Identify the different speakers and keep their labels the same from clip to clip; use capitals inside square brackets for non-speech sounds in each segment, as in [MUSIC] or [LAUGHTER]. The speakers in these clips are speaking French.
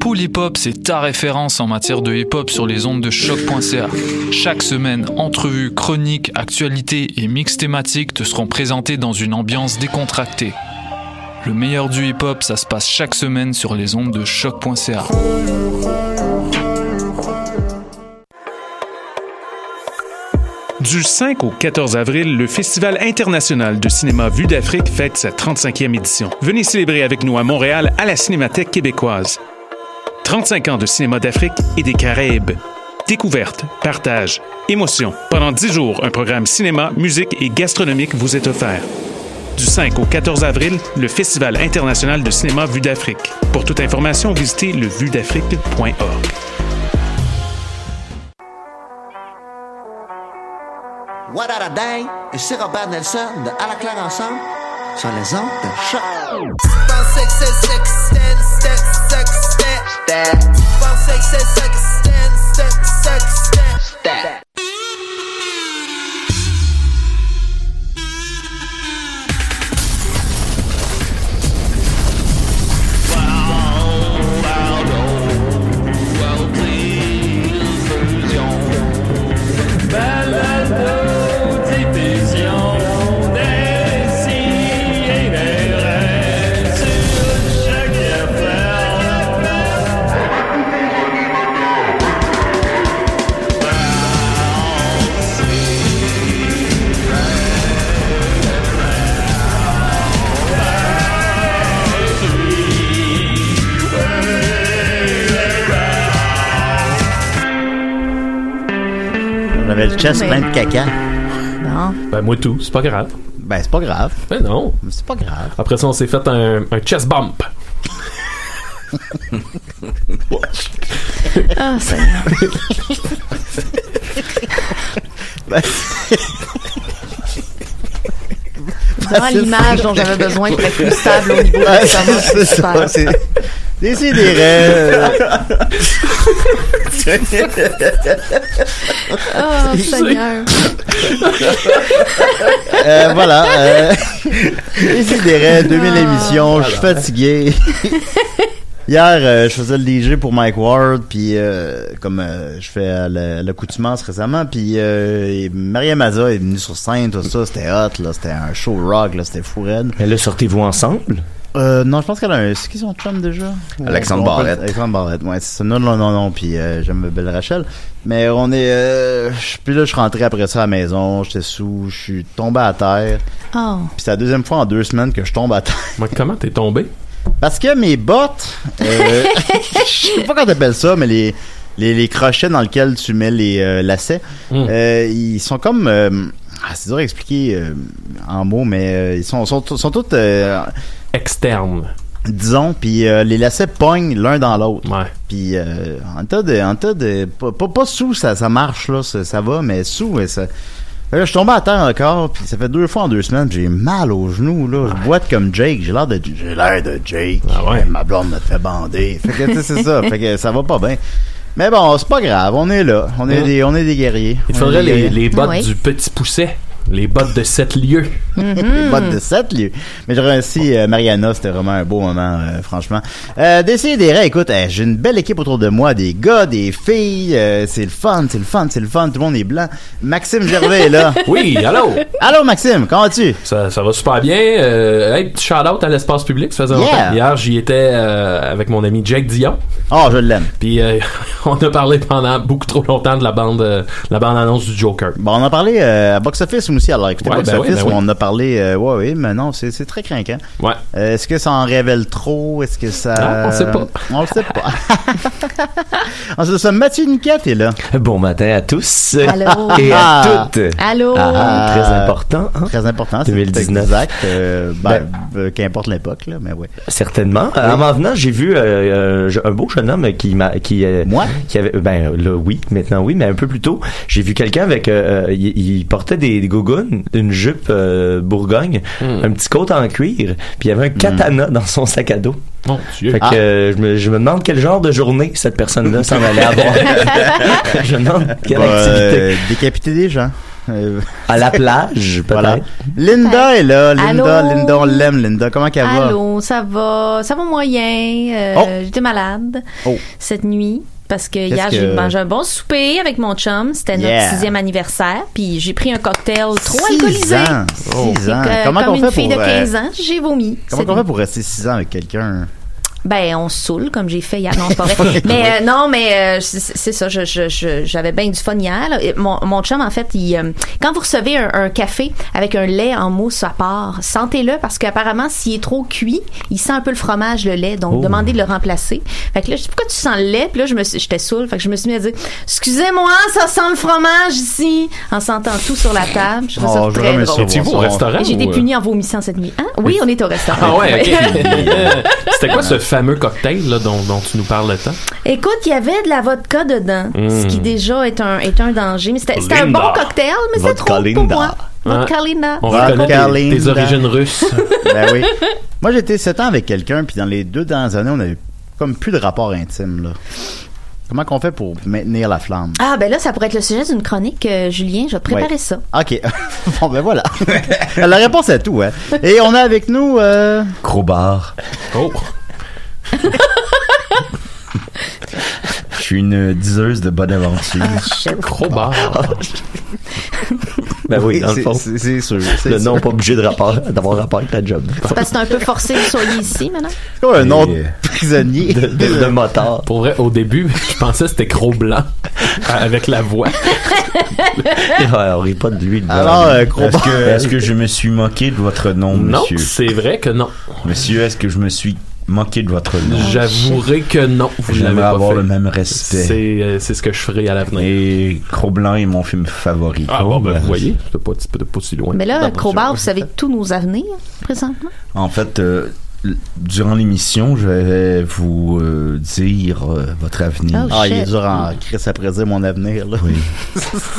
Speaker 1: Pool Hip Hop, c'est ta référence en matière de hip hop sur les ondes de choc.ca. Chaque semaine, entrevues, chroniques, actualités et mix thématiques te seront présentés dans une ambiance décontractée. Le meilleur du hip hop, ça se passe chaque semaine sur les ondes de choc.ca.
Speaker 2: Du 5 au 14 avril, le Festival international de cinéma Vue d'Afrique fête sa 35e édition. Venez célébrer avec nous à Montréal à la Cinémathèque québécoise. 35 ans de cinéma d'Afrique et des Caraïbes. Découverte, partage, émotion. Pendant 10 jours, un programme cinéma, musique et gastronomique vous est offert. Du 5 au 14 avril, le Festival international de cinéma Vue d'Afrique. Pour toute information, visitez levuedafrique.org.
Speaker 3: What a Dang et c'est Robert Nelson de À la claire ensemble sur les ondes de choc.
Speaker 4: On avait le chest
Speaker 5: Mais-
Speaker 4: plein de caca.
Speaker 5: Non.
Speaker 6: Ben, moi, tout. C'est pas grave.
Speaker 4: Ben, c'est pas grave.
Speaker 6: Ben, non.
Speaker 4: C'est pas grave.
Speaker 6: Après ça, on s'est fait un, un chest
Speaker 4: [LAUGHS]
Speaker 6: bump. [LAUGHS]
Speaker 5: Ah, ça.
Speaker 4: Ah,
Speaker 5: Vraiment l'image
Speaker 4: [LAUGHS]
Speaker 5: dont j'avais besoin pour être plus stable au niveau du
Speaker 4: Ouais,
Speaker 5: cerveau.
Speaker 4: Ah, c'est ça. euh,
Speaker 5: Super.
Speaker 4: C'est c'est des rêves.
Speaker 5: Oh, Seigneur.
Speaker 4: Euh, voilà. Euh, c'est des
Speaker 5: Ah.
Speaker 4: rêves. 2000 émissions. Je suis fatigué. Hier, euh, je faisais le DJ pour Mike Ward, puis euh, comme euh, je fais à la- l'accoutumance récemment, puis euh, et Maria Maza est venue sur scène, tout ça, c'était hot, là, c'était un show rock, là, c'était fou raide.
Speaker 7: Mais là, sortez-vous ensemble?
Speaker 4: Euh, non, je pense qu'elle a un. C'est qui son chum déjà
Speaker 8: Alexandre
Speaker 4: On peut-
Speaker 8: Barrette.
Speaker 4: Alexandre Barrette, ouais, c'est ça. Non, non, non, non. Puis euh, j'aime belle Rachel. Mais on est. Euh, je- puis là, je suis rentré après ça à la maison. J'étais sous. Je suis tombé à terre.
Speaker 5: Oh.
Speaker 4: Puis c'est la deuxième fois en deux semaines que je tombe à terre.
Speaker 6: Mais comment t'es tombé?
Speaker 4: Parce que mes bottes.
Speaker 6: [LAUGHS]
Speaker 4: euh, je sais pas comment t'appelles ça, mais les, les, les crochets dans lesquels tu mets les euh, lacets,
Speaker 6: Mm.
Speaker 4: euh, ils sont comme. euh, ah, c'est dur à expliquer euh, en mots, mais euh, ils sont, sont, sont tous. euh,
Speaker 6: Externe.
Speaker 4: disons, puis euh, les lacets pognent l'un dans l'autre.
Speaker 6: Ouais.
Speaker 4: Puis euh, en tas de, en tas de, pas, pas, pas sous, ça, ça marche là, ça, ça va, mais sous, ouais, ça. Là, je suis tombé à terre encore, puis ça fait deux fois en deux semaines, j'ai mal aux genoux là, je boite comme Jake, j'ai l'air de, j'ai l'air de Jake.
Speaker 6: Ah ouais?
Speaker 4: Mais Ma blonde me fait bander. Fait que tu sais, c'est [LAUGHS] ça, fait que ça va pas bien. Mais bon, c'est pas grave, on est là, on est
Speaker 6: Ouais.
Speaker 4: des, on est des guerriers.
Speaker 6: Hein? Il te
Speaker 4: On
Speaker 6: faudrait
Speaker 4: est des
Speaker 6: les,
Speaker 4: guerriers.
Speaker 6: les bottes
Speaker 5: Oui.
Speaker 6: du petit pousset. Les bottes de sept lieux.
Speaker 5: Mm-hmm.
Speaker 4: Les bottes de 7 lieux. Mais j'aurais aussi euh, Mariana, c'était vraiment un beau moment, euh, franchement. Euh, D'essayer des raies, écoute, euh, j'ai une belle équipe autour de moi, des gars, des filles, euh, c'est le fun, c'est le fun, c'est le fun, tout le monde est blanc. Maxime Gervais est là.
Speaker 6: [LAUGHS] Oui, allô?
Speaker 4: Allô Maxime, comment vas-tu?
Speaker 6: Ça, ça va super bien. Euh, hey, petit shout-out à l'espace public, ça faisait
Speaker 4: Yeah.
Speaker 6: longtemps. Hier, j'y étais euh, avec mon ami Jake Dion.
Speaker 4: Oh, je l'aime.
Speaker 6: Puis euh, [LAUGHS] on a parlé pendant beaucoup trop longtemps de la bande, euh, la bande annonce du Joker.
Speaker 4: Bon, on a parlé euh, à Box Office mais aussi, alors écoutez,
Speaker 6: Ouais,
Speaker 4: Box
Speaker 6: ben oui,
Speaker 4: Office,
Speaker 6: ben oui.
Speaker 4: on a parlé, euh, ouais, oui, mais non, c'est c'est très craquant.
Speaker 6: Ouais.
Speaker 4: Euh, Est-ce que ça en révèle trop? Est-ce que ça...
Speaker 6: Non, on sait pas.
Speaker 4: [LAUGHS] On le sait pas. [LAUGHS] Ensuite de ça, Mathieu Niquette est là.
Speaker 7: Bon matin à tous
Speaker 5: Allô?
Speaker 7: [LAUGHS] et
Speaker 4: Ah.
Speaker 7: à toutes.
Speaker 5: Allô?
Speaker 7: Ah,
Speaker 4: Ah.
Speaker 7: très important, hein?
Speaker 4: Très important, c'est
Speaker 7: 2019.
Speaker 4: exact. Euh, ben,
Speaker 7: Ben.
Speaker 4: euh, qu'importe l'époque, là, mais oui.
Speaker 7: certainement. Euh, En m'en venant, j'ai vu euh, euh, un beau jeune homme qui m'a qui euh,
Speaker 4: Moi?
Speaker 7: qui avait ben là oui, maintenant oui, mais un peu plus tôt, j'ai vu quelqu'un avec euh, euh, il, il portait des, des gougounes, une jupe euh, bourgogne,
Speaker 4: Hmm.
Speaker 7: un petit coat en cuir, puis il y avait un katana dans son sac à dos.
Speaker 6: Mon Dieu.
Speaker 7: Fait
Speaker 4: Ah.
Speaker 7: que euh, je, me, je me demande quel genre de journée cette personne-là s'en
Speaker 4: [LAUGHS]
Speaker 7: allait avoir.
Speaker 6: [LAUGHS]
Speaker 7: je me demande quelle
Speaker 4: Bah,
Speaker 7: activité.
Speaker 4: euh, décapiter des gens. Euh,
Speaker 7: À la plage, peut-être.
Speaker 4: voilà. Linda est là. Linda,
Speaker 5: Allô?
Speaker 4: Linda, on l'aime, Linda. Comment qu'elle va?
Speaker 5: Allô, ça va? Ça va moyen. Euh,
Speaker 4: Oh.
Speaker 5: J'étais malade
Speaker 4: Oh.
Speaker 5: cette nuit. Parce que hier,
Speaker 4: que-
Speaker 5: j'ai mangé un bon souper avec mon chum. C'était notre
Speaker 4: Yeah.
Speaker 5: sixième anniversaire. Puis j'ai pris un cocktail trop
Speaker 4: Six
Speaker 5: alcoolisé.
Speaker 4: ans.
Speaker 5: Fait
Speaker 4: Six
Speaker 5: que,
Speaker 4: ans.
Speaker 5: euh,
Speaker 4: Comment
Speaker 5: comme
Speaker 4: qu'on
Speaker 5: une
Speaker 4: fait
Speaker 5: fille
Speaker 4: pour...
Speaker 5: de
Speaker 4: euh,
Speaker 5: 15 ans, j'ai vomi.
Speaker 4: Comment
Speaker 5: cette
Speaker 4: qu'on
Speaker 5: nuit.
Speaker 4: fait pour rester 6 ans avec quelqu'un?
Speaker 5: Ben, on se saoule comme j'ai fait hier. Non, c'est pas vrai. mais euh, non, mais euh, c'est- c'est ça. je- je- je- J'avais bien du fun hier. là. Et Mon, mon chum, en fait, il, euh, quand vous recevez un, un café avec un lait en mousse à part, sentez-le parce qu'apparemment, s'il est trop cuit, il sent un peu le fromage, le lait. Donc, demandez de le remplacer. Fait que là, je dis pourquoi tu sens le lait. Puis là, je me suis- j'étais saoule. Fait que je me suis mis à dire, excusez-moi, ça sent le fromage ici, en sentant tout sur la table. Je trouve
Speaker 4: Oh,
Speaker 5: ça
Speaker 4: j'aurais
Speaker 5: très
Speaker 4: aimé
Speaker 5: drôle.
Speaker 4: ça,
Speaker 6: Étiez-vous au
Speaker 4: Bon,
Speaker 6: restaurant?
Speaker 5: Et j'ai
Speaker 6: ou,
Speaker 5: été
Speaker 6: euh?
Speaker 5: punie en vomissant cette nuit. Hein? Oui, on est au restaurant.
Speaker 6: Ah ouais, ok.
Speaker 5: [LAUGHS]
Speaker 6: Euh, C'était quoi ce fameux cocktail là, dont, dont tu nous parles tant?
Speaker 5: Écoute, il y avait de la vodka dedans, ce
Speaker 4: Mm.
Speaker 5: qui déjà est un, est un danger. Mais c'était c'était un
Speaker 6: Linda.
Speaker 5: bon cocktail, mais c'était
Speaker 7: Vodka
Speaker 5: trop pour
Speaker 7: Linda.
Speaker 5: moi. Vodka Linda.
Speaker 6: On
Speaker 4: Vodka
Speaker 6: reconnaît tes, tes
Speaker 4: Linda.
Speaker 6: origines russes.
Speaker 4: [LAUGHS] ben oui. Moi, j'ai été 7 ans avec quelqu'un, puis dans les deux dernières années, on avait comme plus de rapport intime, là. Comment qu'on fait pour maintenir la flamme?
Speaker 5: Ah, ben là, ça pourrait être le sujet d'une chronique, euh, Julien. Je vais te préparer
Speaker 4: Ouais.
Speaker 5: ça.
Speaker 4: OK. [LAUGHS] bon,
Speaker 8: [LAUGHS]
Speaker 4: ben voilà. la réponse est tout, hein. Et on a avec nous... euh,
Speaker 7: Crowbar.
Speaker 6: Oh.
Speaker 7: Je suis une diseuse de bonne aventure.
Speaker 5: Ah,
Speaker 4: [LAUGHS]
Speaker 6: Gros bar.
Speaker 4: Ah,
Speaker 7: ben oui, dans le
Speaker 4: c'est-
Speaker 7: fond.
Speaker 4: c'est- C'est sûr. c'est
Speaker 7: Le
Speaker 4: sûr.
Speaker 7: nom pas obligé de rapport, d'avoir rapport avec ta job.
Speaker 5: C'est parce que
Speaker 4: [LAUGHS]
Speaker 5: c'est un peu forcé que vous soyez ici maintenant.
Speaker 4: C'est comme un nom de
Speaker 7: Et-
Speaker 4: prisonnier.
Speaker 7: De, de- de motard.
Speaker 6: Pour vrai, au début, [LAUGHS] je pensais que c'était Gros Blanc [LAUGHS] euh, avec
Speaker 4: [LAUGHS]
Speaker 6: la voix.
Speaker 7: Ouais, on rit pas de lui. de
Speaker 4: Alors,
Speaker 7: bonne.
Speaker 4: euh, Crowbar.
Speaker 8: Est-ce que je me suis moqué de votre nom,
Speaker 6: Non,
Speaker 8: monsieur
Speaker 6: c'est vrai que non.
Speaker 8: Monsieur, est-ce que je me suis moqué de votre nom
Speaker 6: J'avouerai que non, vous ne l'avez
Speaker 8: J'aimerais
Speaker 6: pas
Speaker 8: avoir
Speaker 6: fait.
Speaker 8: le même respect.
Speaker 6: C'est euh, c'est ce que je ferai à l'avenir.
Speaker 8: Et Cro-Blanc est mon film favori.
Speaker 6: Ah bon, ben, vous voyez, c'était pas, c'était pas si loin.
Speaker 5: Mais là,
Speaker 6: D'abord,
Speaker 5: Crowbar,
Speaker 6: je-
Speaker 5: vous savez tous nos avenirs, présentement.
Speaker 8: En fait, euh, l- durant l'émission, je vais vous euh, dire euh, votre avenir.
Speaker 5: Oh,
Speaker 4: Ah, il est
Speaker 5: shit.
Speaker 4: dur en Chris à prédire mon avenir, là.
Speaker 7: [LAUGHS]
Speaker 8: Oui.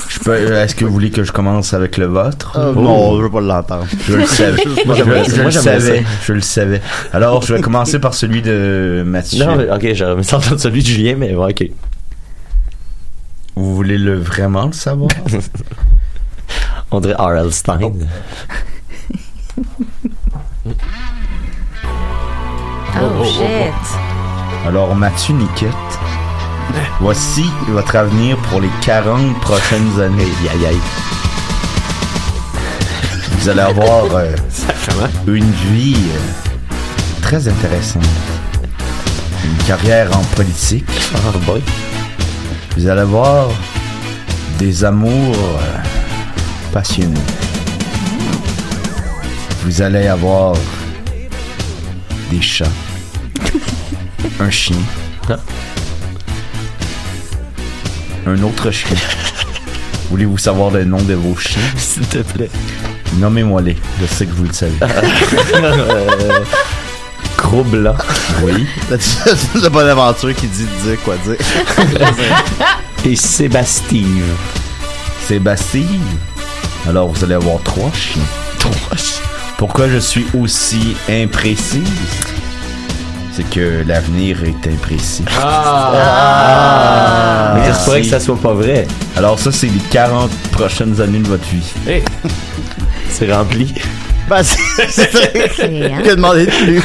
Speaker 8: Je peux- euh, Est-ce que vous voulez que je commence avec le vôtre
Speaker 4: Ah,
Speaker 7: Euh,
Speaker 8: Oh.
Speaker 4: Non, je veux pas l'entendre.
Speaker 8: Je le savais.
Speaker 7: [LAUGHS] Moi, j'aimerais-
Speaker 8: Je- je
Speaker 7: moi,
Speaker 8: le
Speaker 7: j'aimerais
Speaker 8: savais. Je le savais. Alors, je vais commencer par celui de Mathieu.
Speaker 7: Non, mais, ok, j'aurais mis ça entendre celui de Julien, mais ouais, ok.
Speaker 8: Vous voulez le vraiment le savoir
Speaker 7: [LAUGHS] On dirait R.L. Stein.
Speaker 5: Oh, shit.
Speaker 8: Alors Mathieu Niquette, voici votre avenir pour les 40 prochaines années. Aïe, aïe. Vous allez avoir euh, une vie euh, très intéressante. Une carrière en politique.
Speaker 7: Ah, boy.
Speaker 8: Vous allez avoir des amours euh, passionnés. Vous allez avoir des chats, un chien, un autre chien. Voulez-vous savoir le nom de vos chiens?
Speaker 7: [LAUGHS] S'il te plaît.
Speaker 8: Nommez-moi-les, je sais que vous le
Speaker 7: [LAUGHS]
Speaker 8: savez.
Speaker 7: Gros blanc.
Speaker 4: [LAUGHS]
Speaker 8: Oui,
Speaker 4: T'as dit c'est la bonne aventure qui dit de dire quoi dire.
Speaker 7: Et Sébastien.
Speaker 8: c'est Bastille. Alors vous allez avoir trois chiens. Pourquoi je suis aussi imprécise? c'est que l'avenir est imprécis.
Speaker 7: Ah! Mais
Speaker 8: Merci.
Speaker 7: j'espère que ça soit pas vrai.
Speaker 8: Alors ça, c'est les 40 prochaines années de votre vie.
Speaker 7: Eh!
Speaker 6: Hey.
Speaker 7: [LAUGHS] C'est rempli.
Speaker 4: Bah, [LAUGHS] c'est- c'est-
Speaker 5: C'est, hein?
Speaker 4: que demander de
Speaker 5: [LAUGHS]
Speaker 4: plus?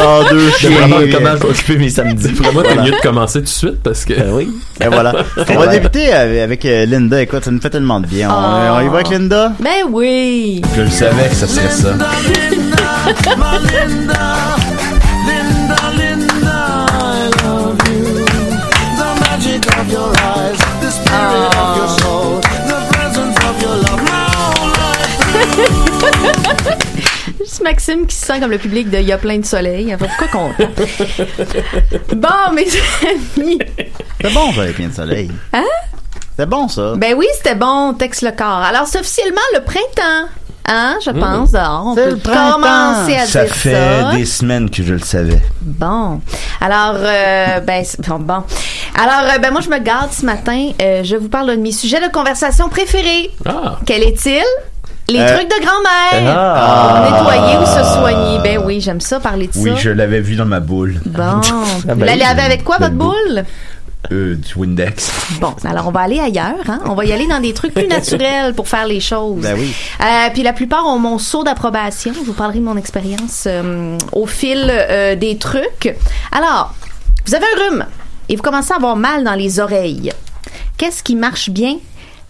Speaker 4: oh, deux
Speaker 7: Je vais
Speaker 4: chiens.
Speaker 7: vraiment comment m'occuper mes samedis.
Speaker 6: Pour moi, t'es
Speaker 7: Voilà.
Speaker 6: mieux de commencer tout de suite parce que.
Speaker 7: Ben
Speaker 6: [LAUGHS]
Speaker 7: oui.
Speaker 4: Et voilà. On va débuter avec, avec, euh, Linda. Écoute, ça nous fait tellement de bien. On, euh,
Speaker 5: Ah.
Speaker 4: on y va avec Linda?
Speaker 5: Ben oui! [LAUGHS]
Speaker 8: Je le savais que ça serait ça.
Speaker 7: Ah.
Speaker 5: Juste Maxime qui se sent comme le public de Il y a plein de soleil. Alors, Pourquoi qu'on. [LAUGHS] bon, [LAUGHS] mes amis!
Speaker 4: C'est bon, ça, avec plein de soleil. Hein? C'est bon, ça.
Speaker 5: Ben oui, c'était bon, texte le corps. Alors, c'est officiellement le printemps. Hein, je pense, dehors. On
Speaker 4: C'est
Speaker 5: peut
Speaker 4: le printemps.
Speaker 5: commencer à
Speaker 8: Ça
Speaker 5: dire
Speaker 8: fait
Speaker 5: ça.
Speaker 8: des semaines que je le savais.
Speaker 5: Bon. Alors, euh, ben, c'est- bon, bon. Alors, euh, ben, moi, je me garde ce matin. Euh, je vous parle de mes sujets de conversation préférés.
Speaker 6: Ah!
Speaker 5: Quel est-il? Les
Speaker 4: Euh,
Speaker 5: trucs de grand-mère.
Speaker 7: Ah.
Speaker 5: Nettoyer ou se soigner. Ben oui, j'aime ça, parler de
Speaker 8: Oui,
Speaker 5: ça.
Speaker 8: je Ah, l'avais vu dans ma boule. [LAUGHS]
Speaker 5: Bon.
Speaker 7: ben
Speaker 5: vous la
Speaker 7: oui.
Speaker 5: lavez avec quoi, votre
Speaker 8: Le bout.
Speaker 5: boule?
Speaker 8: Euh, du Windex.
Speaker 5: Bon, alors on va aller ailleurs, hein? On va y aller dans des trucs plus naturels pour faire les choses.
Speaker 4: Ben oui.
Speaker 5: Euh, puis la plupart ont mon saut d'approbation. Je vous parlerai de mon expérience euh, au fil euh, des trucs. Alors, vous avez un rhume et vous commencez à avoir mal dans les oreilles. Qu'est-ce qui marche bien?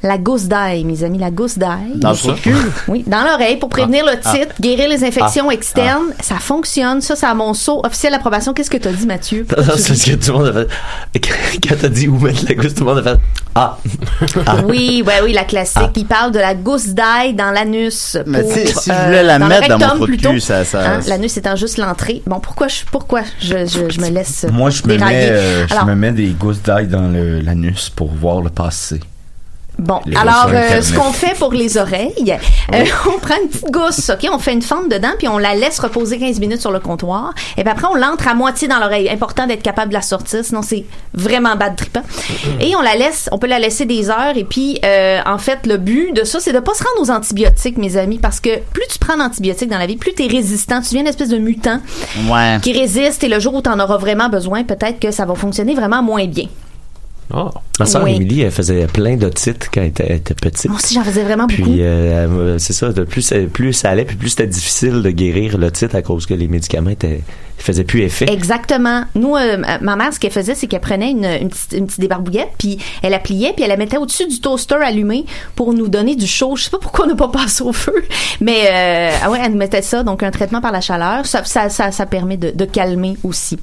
Speaker 5: La gousse d'ail, mes amis, la gousse d'ail.
Speaker 4: Dans le trou de cul? Ah.
Speaker 5: Oui, dans l'oreille pour prévenir le titre, guérir les infections externes. Ça fonctionne. Ça, c'est à mon saut officiel d'approbation. Qu'est-ce que tu as dit, Mathieu?
Speaker 7: Non, non, c'est parce que tout le monde a fait. Quand t'as dit où mettre la gousse, tout le monde a fait. Ah!
Speaker 5: [LAUGHS] Oui, ouais, oui, la classique. Il parle de la gousse d'ail dans l'anus.
Speaker 4: Ah. Mais
Speaker 5: pour,
Speaker 4: tu sais, si
Speaker 5: euh,
Speaker 4: je voulais la
Speaker 5: dans le
Speaker 4: mettre dans mon
Speaker 5: rectum,
Speaker 4: trou de
Speaker 5: plutôt.
Speaker 4: cul, ça... ça
Speaker 5: Hein, l'anus étant juste l'entrée. Bon, pourquoi je, pourquoi je, je, je me laisse euh,
Speaker 8: Moi, je me,
Speaker 5: dérailler?
Speaker 8: mets, euh, je
Speaker 5: Alors,
Speaker 8: me mets des gousses d'ail dans le- l'anus pour voir le passé.
Speaker 5: Bon,
Speaker 8: les
Speaker 5: alors
Speaker 8: gosses sur
Speaker 5: euh,
Speaker 8: Internet.
Speaker 5: ce qu'on fait pour les oreilles, euh, [LAUGHS] on prend une petite gousse, ok, on fait une fente dedans, puis on la laisse reposer 15 minutes sur le comptoir, et puis après on l'entre à moitié dans l'oreille. Important d'être capable de la sortir, sinon c'est vraiment bad tripant. Et on la laisse, on peut la laisser des heures, et puis euh, en fait le but de ça, c'est de pas se rendre aux antibiotiques, mes amis, parce que plus tu prends d'antibiotiques dans la vie, plus t'es résistant, tu deviens une espèce de mutant
Speaker 4: Ouais.
Speaker 5: qui résiste, et le jour où t'en auras vraiment besoin, peut-être que ça va fonctionner vraiment moins bien.
Speaker 6: Ah!
Speaker 7: Ma soeur
Speaker 5: Oui.
Speaker 7: Émilie, elle faisait plein d'otites quand elle était, elle était petite.
Speaker 5: Moi aussi j'en faisais vraiment beaucoup.
Speaker 7: Puis, euh, euh, c'est ça, de plus, ça- plus ça allait, puis plus c'était difficile de guérir l'otite à cause que les médicaments étaient, ils faisaient plus effet.
Speaker 5: Exactement. Nous, euh, ma- ma mère, ce qu'elle faisait, c'est qu'elle prenait une, une petite, une petite débarbouillette, puis elle la pliait, puis elle la mettait au-dessus du toaster allumé pour nous donner du chaud. Je sais pas pourquoi on n'a pas [LAUGHS] passé au feu, mais euh, ah ouais, elle nous mettait ça, donc un traitement par la chaleur. Ça, ça, ça, ça permet de, de calmer aussi.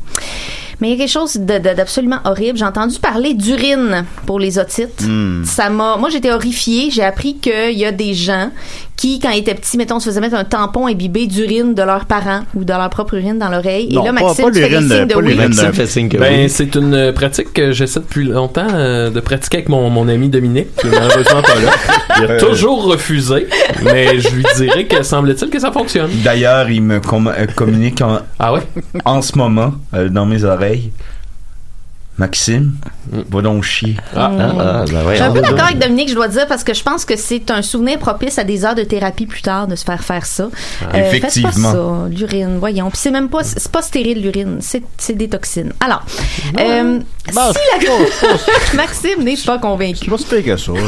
Speaker 5: Mais il y a quelque chose de- de- d'absolument horrible. J'ai entendu parler d'urine pour les otites.
Speaker 7: Hmm.
Speaker 4: Mm.
Speaker 5: Ça m'a, moi, j'étais horrifiée. J'ai appris qu'il y a des gens qui, quand ils étaient petits, mettons, se faisaient mettre un tampon imbibé d'urine de leurs parents ou de leur propre urine dans l'oreille. Et
Speaker 4: Non,
Speaker 5: là,
Speaker 4: pas-
Speaker 5: Maxime,
Speaker 4: pas
Speaker 5: tu fais des
Speaker 4: l'urine de-
Speaker 5: signes de
Speaker 4: pas
Speaker 5: oui.
Speaker 4: l'urine.
Speaker 7: Maxime
Speaker 4: Ben,
Speaker 7: fait signe que
Speaker 6: Ben,
Speaker 7: oui.
Speaker 6: c'est une euh, pratique que j'essaie depuis longtemps euh, de pratiquer avec mon, mon ami Dominique, qui est malheureusement pas là. Il a
Speaker 8: Euh.
Speaker 6: toujours refusé, mais je lui dirais que semble-t-il que ça fonctionne.
Speaker 8: D'ailleurs, il me com- euh, communique en,
Speaker 6: Ah ouais?
Speaker 8: en ce moment euh, dans mes oreilles. Maxime,
Speaker 6: Mm.
Speaker 8: va donc chier.
Speaker 7: Ah, ah, ben ouais,
Speaker 5: Mm. Je suis un peu
Speaker 7: ah,
Speaker 5: d'accord avec Dominique, je dois dire, parce que je pense que c'est un souvenir propice à des heures de thérapie plus tard de se faire faire ça.
Speaker 7: Ah.
Speaker 5: Euh, Faites pas
Speaker 8: Effectivement.
Speaker 5: ça, l'urine, voyons. Puis c'est même pas, c'est pas stérile l'urine, c'est c'est des toxines. Alors, euh,
Speaker 4: Bon,
Speaker 5: si la [LAUGHS] Maxime n'est pas
Speaker 4: C'est
Speaker 5: convaincu,
Speaker 4: pas si pire que ça,
Speaker 5: [LAUGHS]
Speaker 4: là.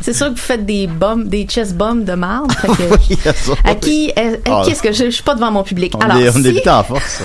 Speaker 5: c'est sûr que vous faites des bombes, des chest bombs de marde. fait que-
Speaker 4: Il y a ça.
Speaker 5: À qui, à- à qui est-ce que je, je suis pas devant mon public
Speaker 4: Ah. On,
Speaker 5: Alors,
Speaker 4: dé- on
Speaker 5: si-
Speaker 4: débute en
Speaker 7: [LAUGHS]
Speaker 4: force.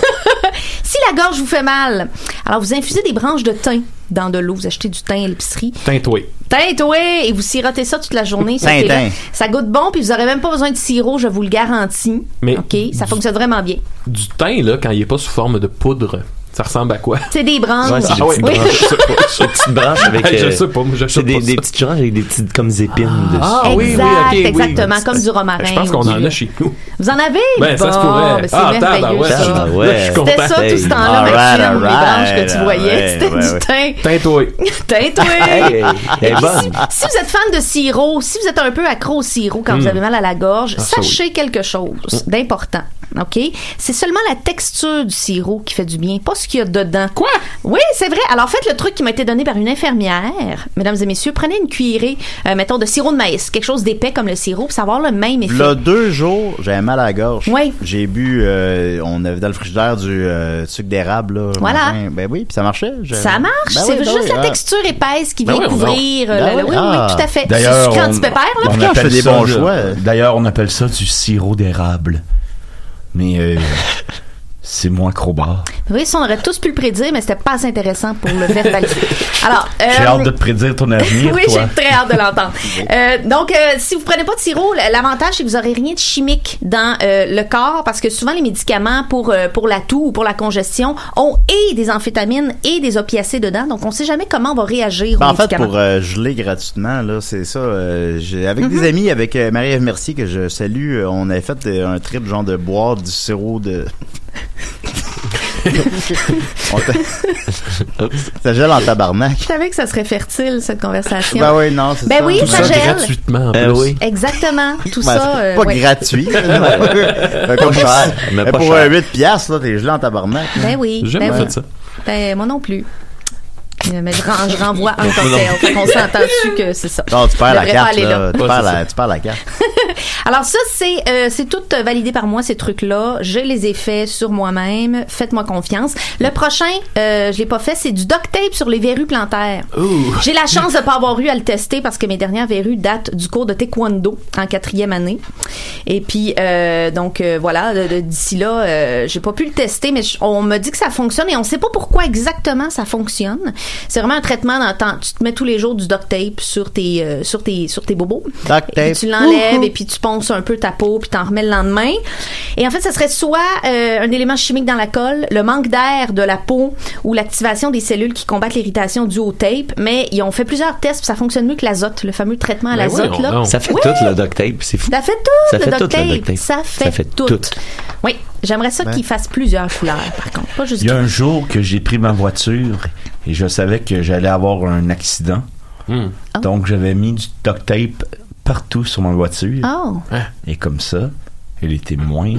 Speaker 5: si la gorge vous fait mal, alors vous infusez des branches de thym dans de l'eau, vous achetez du thym à l'épicerie,
Speaker 6: Tintoué.
Speaker 5: Tintoué! Et vous sirotez ça toute la journée. ça,
Speaker 4: Tintin.
Speaker 5: c'est là. Ça goûte bon, puis vous aurez même pas besoin de sirop, je vous le garantis.
Speaker 6: Mais-
Speaker 5: OK? Ça fonctionne vraiment bien.
Speaker 6: Du thym, là, quand il est pas sous forme de poudre, ça ressemble à quoi?
Speaker 5: C'est des branches.
Speaker 7: Ouais, c'est des
Speaker 5: oui.
Speaker 7: petites
Speaker 5: [LAUGHS]
Speaker 7: branches. Des petites branches avec.
Speaker 6: [LAUGHS] je
Speaker 7: euh,
Speaker 6: sais pas, moi,
Speaker 7: c'est
Speaker 6: j'achète
Speaker 7: des,
Speaker 6: pas
Speaker 7: des
Speaker 6: ça.
Speaker 7: petites branches avec des petites comme des épines dessus.
Speaker 6: Ah oui, oui,
Speaker 5: exact,
Speaker 6: ok, oui. Ben,
Speaker 5: exactement, comme du romarin.
Speaker 6: Je pense qu'on
Speaker 5: ou
Speaker 6: en
Speaker 5: du-
Speaker 6: a chez nous.
Speaker 5: Vous en avez?
Speaker 6: Ben, ça se
Speaker 5: Bon,
Speaker 6: pourrait.
Speaker 5: ben, c'est
Speaker 6: ah,
Speaker 5: merveilleux,
Speaker 6: tabarouette,
Speaker 5: ça.
Speaker 6: ça.
Speaker 7: Tabarouette.
Speaker 6: Là, je suis
Speaker 5: C'était
Speaker 6: content.
Speaker 5: ça tout ce temps-là,
Speaker 4: Hey,
Speaker 5: Maxime,
Speaker 4: alright,
Speaker 5: les branches que tu
Speaker 4: alright,
Speaker 5: voyais,
Speaker 4: ouais,
Speaker 5: c'était
Speaker 4: ouais,
Speaker 5: du thym.
Speaker 6: Tintoué.
Speaker 5: [LAUGHS] Tintoué!
Speaker 7: Hey, elle est bonne.
Speaker 5: Si vous êtes fan de sirop, si vous êtes un peu accro au sirop quand vous avez mal à la gorge,
Speaker 6: ça,
Speaker 5: sachez quelque chose d'important. OK? C'est seulement la texture du sirop qui fait du bien, pas ce qu'il y a dedans. Quoi? Oui, c'est vrai. Alors, faites le truc qui m'a été donné par une infirmière. Mesdames et messieurs, prenez une cuillerée, euh, mettons, de sirop de maïs, quelque chose d'épais comme le sirop, pour avoir le même effet.
Speaker 4: Là, deux jours, j'avais mal à la gorge.
Speaker 5: Ouais.
Speaker 4: J'ai bu, euh, on avait dans le frigidaire du euh, sucre d'érable. là,
Speaker 5: Voilà.
Speaker 4: machin. Ben oui, puis ça marchait. j'avais-
Speaker 5: Ça marche,
Speaker 4: Ben
Speaker 5: c'est
Speaker 4: oui, ben
Speaker 5: juste
Speaker 4: oui,
Speaker 5: la
Speaker 4: ah.
Speaker 5: texture épaisse qui
Speaker 6: Ben
Speaker 5: vient
Speaker 6: oui, on-
Speaker 5: couvrir. euh,
Speaker 4: Ben
Speaker 5: la-
Speaker 4: oui,
Speaker 5: oui, oui,
Speaker 4: ah.
Speaker 5: tout à fait.
Speaker 8: D'ailleurs,
Speaker 5: C'est quand
Speaker 8: on-
Speaker 5: tu pépères, là.
Speaker 8: on
Speaker 4: Putain, je
Speaker 8: appelle
Speaker 4: fais des
Speaker 8: ça
Speaker 4: bons
Speaker 8: de-
Speaker 4: choix.
Speaker 8: D'ailleurs, on appelle ça du sirop d'érable. Mais
Speaker 4: [LAUGHS]
Speaker 8: euh, c'est moins crowbar.
Speaker 5: Oui, ça, on aurait tous pu le prédire, mais c'était pas assez intéressant pour le
Speaker 4: [LAUGHS]
Speaker 5: verbaliser. Alors,
Speaker 8: J'ai
Speaker 5: euh,
Speaker 8: hâte de te prédire ton avenir,
Speaker 5: [LAUGHS] oui,
Speaker 8: toi.
Speaker 5: j'ai très hâte
Speaker 4: [LAUGHS]
Speaker 5: de l'entendre. Euh, donc, euh, si vous prenez pas de sirop, l- l'avantage c'est que vous aurez rien de chimique dans euh, le corps parce que souvent les médicaments pour euh, pour la toux ou pour la congestion ont et des amphétamines et des opiacés dedans. Donc, on sait jamais comment on va réagir
Speaker 4: Ben,
Speaker 5: aux
Speaker 4: en fait,
Speaker 5: médicaments.
Speaker 4: pour euh, geler gratuitement, là, c'est ça. euh, j'ai- avec
Speaker 5: Mm-hmm.
Speaker 4: des amis, avec euh, Marie-Ève Mercier, que je salue, euh, on avait fait euh, un trip genre de boire du sirop
Speaker 5: [LAUGHS]
Speaker 4: de. [LAUGHS] On t'a- ça gèle en tabarnak.
Speaker 5: Je savais que ça serait fertile cette conversation.
Speaker 4: Ben oui, non, c'est
Speaker 5: Ben
Speaker 4: ça.
Speaker 5: oui,
Speaker 6: Tout
Speaker 5: ça
Speaker 6: ça
Speaker 5: gèle.
Speaker 6: gratuitement, en
Speaker 7: Ben
Speaker 6: plus.
Speaker 7: oui.
Speaker 5: Exactement, tout
Speaker 4: Ben,
Speaker 5: ça.
Speaker 4: c'est
Speaker 5: euh,
Speaker 4: pas
Speaker 5: ouais.
Speaker 4: gratuit. là, comme ça.
Speaker 7: mais
Speaker 4: Mais
Speaker 7: pas
Speaker 4: pour
Speaker 7: cher.
Speaker 4: euh, 8 piastres, là, t'es gelé en tabarnak.
Speaker 5: Ben oui.
Speaker 6: J'ai
Speaker 5: ben
Speaker 6: jamais
Speaker 5: oui.
Speaker 6: fait ça.
Speaker 5: Ben, moi non plus. Euh, Mais je, ren- je renvoie un cocktail. Fait qu'on s'entend dessus que c'est ça.
Speaker 4: Non, tu perds
Speaker 5: Je
Speaker 4: la
Speaker 5: devrais pas
Speaker 4: carte,
Speaker 5: aller
Speaker 4: là. Tu
Speaker 6: Ouais,
Speaker 4: perds
Speaker 6: c'est
Speaker 4: la-
Speaker 6: ça.
Speaker 4: tu perds la carte.
Speaker 5: Alors ça, c'est euh, c'est tout euh, validé par moi, ces trucs-là. Je les ai faits sur moi-même. Faites-moi confiance. Le prochain, euh, je l'ai pas fait, c'est du duct tape sur les verrues plantaires. J'ai la chance de pas avoir eu à le tester parce que mes dernières verrues datent du cours de taekwondo en quatrième année. Et puis, euh, donc euh, voilà, le- le- d'ici là, euh, j'ai pas pu le tester, mais je- on me dit que ça fonctionne et on sait pas pourquoi exactement ça fonctionne. C'est vraiment un traitement dans le temps. Tu te mets tous les jours du duct tape sur tes, euh, sur tes, sur tes bobos.
Speaker 4: Duct
Speaker 5: Et puis
Speaker 4: tape.
Speaker 5: tu l'enlèves et puis tu ponces un peu ta peau puis t'en remets le lendemain. Et en fait, ça serait soit euh, un élément chimique dans la colle, le manque d'air de la peau ou l'activation des cellules qui combattent l'irritation due au tape. Mais ils ont fait plusieurs tests puis ça fonctionne mieux que l'azote, le fameux traitement à
Speaker 6: Ben
Speaker 5: l'azote
Speaker 6: voyons
Speaker 5: Ah, là.
Speaker 6: donc.
Speaker 7: Ça fait
Speaker 5: Oui.
Speaker 7: tout le duct tape, c'est fou.
Speaker 5: Ça fait tout
Speaker 7: Ça
Speaker 5: le
Speaker 7: fait
Speaker 5: duct
Speaker 7: tout, le
Speaker 5: tape.
Speaker 7: duct tape.
Speaker 5: Ça fait,
Speaker 7: Ça fait
Speaker 5: tout.
Speaker 7: tout.
Speaker 5: Oui, j'aimerais
Speaker 4: Ben.
Speaker 5: ça qu'il fasse plusieurs couleurs par contre, pas juste
Speaker 8: Il y a un jour que j'ai pris ma voiture et je savais que j'allais avoir un accident.
Speaker 6: Hmm.
Speaker 5: Oh.
Speaker 8: Donc j'avais mis du duct tape partout sur ma voiture.
Speaker 5: Oh,
Speaker 7: Hein?
Speaker 8: Et comme ça, elle était moins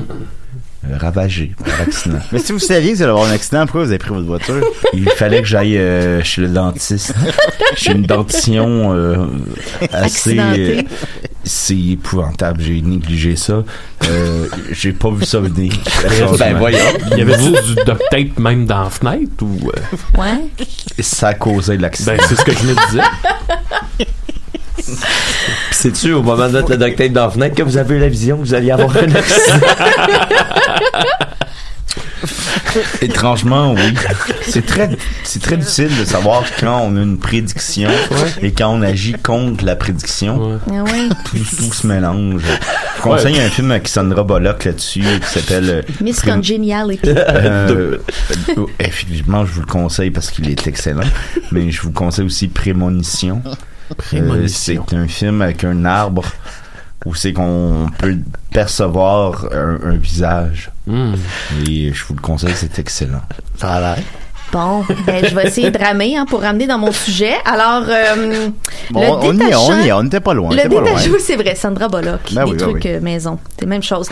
Speaker 8: euh, ravagée par l'accident. [LAUGHS]
Speaker 4: Mais si vous saviez que vous allez avoir un accident, pourquoi vous avez pris votre
Speaker 5: [LAUGHS]
Speaker 4: voiture?
Speaker 8: Il fallait que j'aille euh, chez le dentiste. J'ai une dentition euh, assez.
Speaker 5: Accidentée.
Speaker 8: euh, c'est épouvantable, j'ai négligé ça. Euh, j'ai pas vu ça venir.
Speaker 7: [LAUGHS] Ben voyons.
Speaker 6: Il y avait du du duct tape même dans la fenêtre ou. euh,
Speaker 5: ouais.
Speaker 8: Ça a causé l'accident.
Speaker 6: Ben, c'est ce que je venais de dire.
Speaker 7: Puis C'est-tu au moment de mettre le duct tape dans la fenêtre que vous avez eu la vision que vous alliez
Speaker 6: [LAUGHS]
Speaker 7: avoir un accident?
Speaker 8: Étrangement, oui. C'est très, c'est très difficile de savoir quand on a une prédiction et quand on agit contre la prédiction.
Speaker 6: Ouais.
Speaker 5: Ah ouais.
Speaker 8: Tout, tout se mélange. Je conseille un film qui sonnera Bollock là-dessus qui s'appelle euh,
Speaker 5: Miss
Speaker 8: Prim-
Speaker 4: [LAUGHS]
Speaker 5: Congeniality.
Speaker 8: Euh, euh, effectivement, je vous le conseille parce qu'il est excellent, mais je vous conseille aussi Prémonition.
Speaker 6: Prémonition.
Speaker 8: Euh, c'est un film avec un arbre où c'est qu'on peut percevoir un, un visage.
Speaker 6: Hmm.
Speaker 8: Et je vous le conseille, c'est excellent.
Speaker 4: Ça a l'air. [LAUGHS]
Speaker 5: Bon, ben, je vais essayer de ramer hein, pour ramener dans mon sujet. Alors, euh,
Speaker 4: Bon,
Speaker 5: le
Speaker 4: on, on y est,
Speaker 5: détachant-
Speaker 4: on y est, on n'était pas loin. on
Speaker 5: Le
Speaker 4: était pas loin.
Speaker 5: détachant, oui, c'est vrai, Sandra Bullock,
Speaker 4: Ben
Speaker 5: des
Speaker 4: oui, ben
Speaker 5: trucs
Speaker 4: oui.
Speaker 5: euh, maison, c'est la même chose.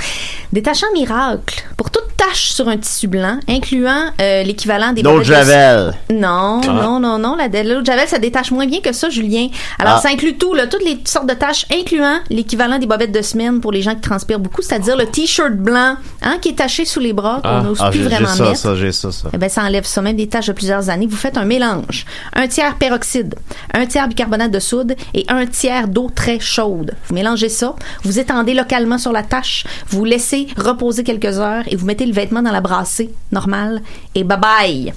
Speaker 5: Détachant miracle pour toute tache sur un tissu blanc, incluant euh, l'équivalent des
Speaker 4: D'autres
Speaker 5: bobettes de-
Speaker 4: Javel.
Speaker 5: Non, non, non, non, la de- l'eau de javel ça détache moins bien que ça, Julien. Alors
Speaker 4: Ah.
Speaker 5: ça inclut tout, là, toutes les sortes de tâches, incluant l'équivalent des bobettes de semaine pour les gens qui transpirent beaucoup, c'est-à-dire le t-shirt blanc, hein, qui est taché sous les bras qu'on
Speaker 6: Ah.
Speaker 5: n'ose
Speaker 4: Ah,
Speaker 5: Oh, plus
Speaker 4: j'ai j'ai
Speaker 5: vraiment
Speaker 4: ça,
Speaker 5: mettre.
Speaker 4: ça, j'ai ça, ça.
Speaker 5: Eh ben, ça enlève ça, même des tâches de plusieurs années. Vous faites un mélange. Un tiers peroxyde, un tiers bicarbonate de soude et un tiers d'eau très chaude. Vous mélangez ça, vous étendez localement sur la tâche, vous laissez reposer quelques heures et vous mettez le vêtement dans la brassée normale et bye bye.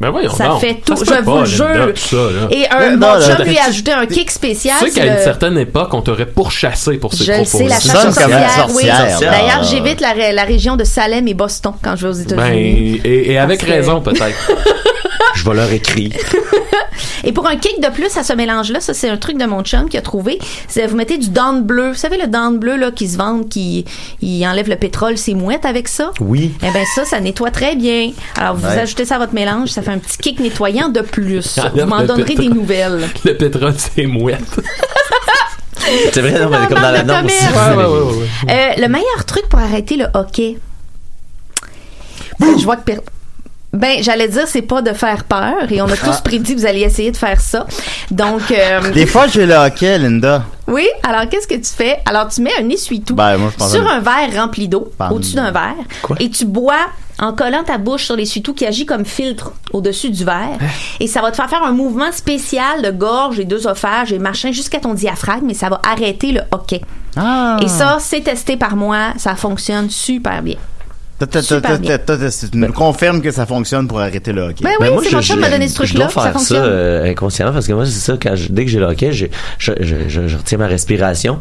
Speaker 6: Ben voyons
Speaker 5: Ça
Speaker 6: donc.
Speaker 5: fait tout,
Speaker 6: se
Speaker 5: je
Speaker 6: peut
Speaker 5: vous
Speaker 6: pas,
Speaker 5: le
Speaker 6: les
Speaker 5: jure.
Speaker 6: ducts, ça, là.
Speaker 5: Et un,
Speaker 4: Même
Speaker 5: mon
Speaker 4: dans le-
Speaker 5: chum lui a ajouté un kick spécial.
Speaker 6: Tu sais qu'à
Speaker 5: le-
Speaker 6: une certaine époque, on t'aurait pourchassé pour ces
Speaker 5: je le
Speaker 6: propos.
Speaker 5: sais, la
Speaker 4: Tu
Speaker 5: chasse
Speaker 4: sonnes
Speaker 5: aux
Speaker 4: comme une
Speaker 5: sorcières, oui.
Speaker 4: sorcière, là.
Speaker 5: D'ailleurs, j'évite la, ré- la région de Salem et Boston quand je vais aux
Speaker 6: Ben,
Speaker 5: États-Unis.
Speaker 6: et, et avec
Speaker 5: Parce que-
Speaker 6: raison, peut-être.
Speaker 7: Je vais leur écrire.
Speaker 5: Et pour un kick de plus à ce mélange-là, ça c'est un truc de mon chum qui a trouvé. C'est- Vous mettez du down bleu. Vous savez le down bleu là qui se vend, qui il enlève le pétrole, c'est mouette avec ça.
Speaker 7: Oui.
Speaker 5: Eh ben ça, ça nettoie très bien. Alors vous ajoutez ça à votre mélange, ça fait un petit kick nettoyant de
Speaker 7: [LAUGHS]
Speaker 5: plus.
Speaker 6: Ça enlève
Speaker 5: Vous m'en
Speaker 6: le
Speaker 5: donnerez des
Speaker 6: pétrole.
Speaker 5: nouvelles.
Speaker 6: [LAUGHS] le pétrole, c'est mouette.
Speaker 7: C'est vrai, non, mais
Speaker 5: Dans
Speaker 7: comme dans
Speaker 5: le
Speaker 7: la norme aussi.
Speaker 5: commerce.
Speaker 6: ouais, ouais, ouais.
Speaker 5: Euh, le meilleur truc pour arrêter le hockey, Je vois que per- ben, j'allais dire, c'est pas de faire peur, et on
Speaker 7: Ah.
Speaker 5: a tous prédit que vous alliez essayer de faire ça. Donc, euh,
Speaker 4: Des fois, j'ai le hockey, Linda.
Speaker 5: oui, alors qu'est-ce que tu fais? Alors, tu mets un essuie-tout
Speaker 4: Ben, moi, je pensais-
Speaker 5: sur un verre rempli d'eau,
Speaker 4: Pardon.
Speaker 5: au-dessus d'un verre, et tu bois en collant ta bouche sur l'essuie-tout qui agit comme filtre au-dessus du verre.
Speaker 4: Hein?
Speaker 5: Et ça va te faire faire un mouvement spécial de gorge et d'œsophage et machin jusqu'à ton diaphragme, et ça va arrêter le hockey.
Speaker 4: Ah.
Speaker 5: Et ça, c'est testé par moi, ça fonctionne super bien.
Speaker 4: Toi, toi, toi,
Speaker 5: super
Speaker 4: toi,
Speaker 5: bien.
Speaker 4: toi, toi, Tu nous confirmes que ça fonctionne pour arrêter le hockey.
Speaker 5: Ben oui,
Speaker 7: Ben, moi,
Speaker 5: c'est
Speaker 7: je-
Speaker 5: mon chum
Speaker 7: je-
Speaker 5: m'a donné ce
Speaker 7: Je dois
Speaker 5: truc-là, ça
Speaker 7: faire ça,
Speaker 5: fonctionne.
Speaker 7: euh, inconsciemment parce que moi, c'est ça, quand je- dès que j'ai le hockey, je, je, je, je- je retiens ma respiration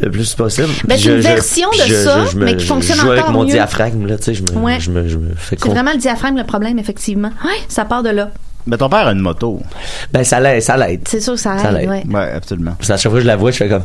Speaker 7: le plus possible.
Speaker 5: Ben,
Speaker 7: Puis
Speaker 5: c'est
Speaker 7: je-
Speaker 5: une
Speaker 7: je-
Speaker 5: version de
Speaker 7: je-
Speaker 5: ça,
Speaker 7: je me-
Speaker 5: mais qui fonctionne
Speaker 7: je joue avec
Speaker 5: encore
Speaker 7: mon
Speaker 5: mieux.
Speaker 7: diaphragme, là, tu sais, je me,
Speaker 5: Ouais.
Speaker 7: je me, je me fais
Speaker 5: C'est
Speaker 7: con-
Speaker 5: vraiment le diaphragme le problème, effectivement. Oui, ça part de là.
Speaker 4: Mais ton père a une moto.
Speaker 7: Ben, ça l'aide, ça l'aide.
Speaker 5: C'est sûr que ça
Speaker 7: Ça
Speaker 5: aide,
Speaker 7: l'aide.
Speaker 5: ouais.
Speaker 4: Ouais, absolument.
Speaker 7: Parce qu'à chaque fois que je la vois, je
Speaker 5: [LAUGHS]
Speaker 7: fais comme.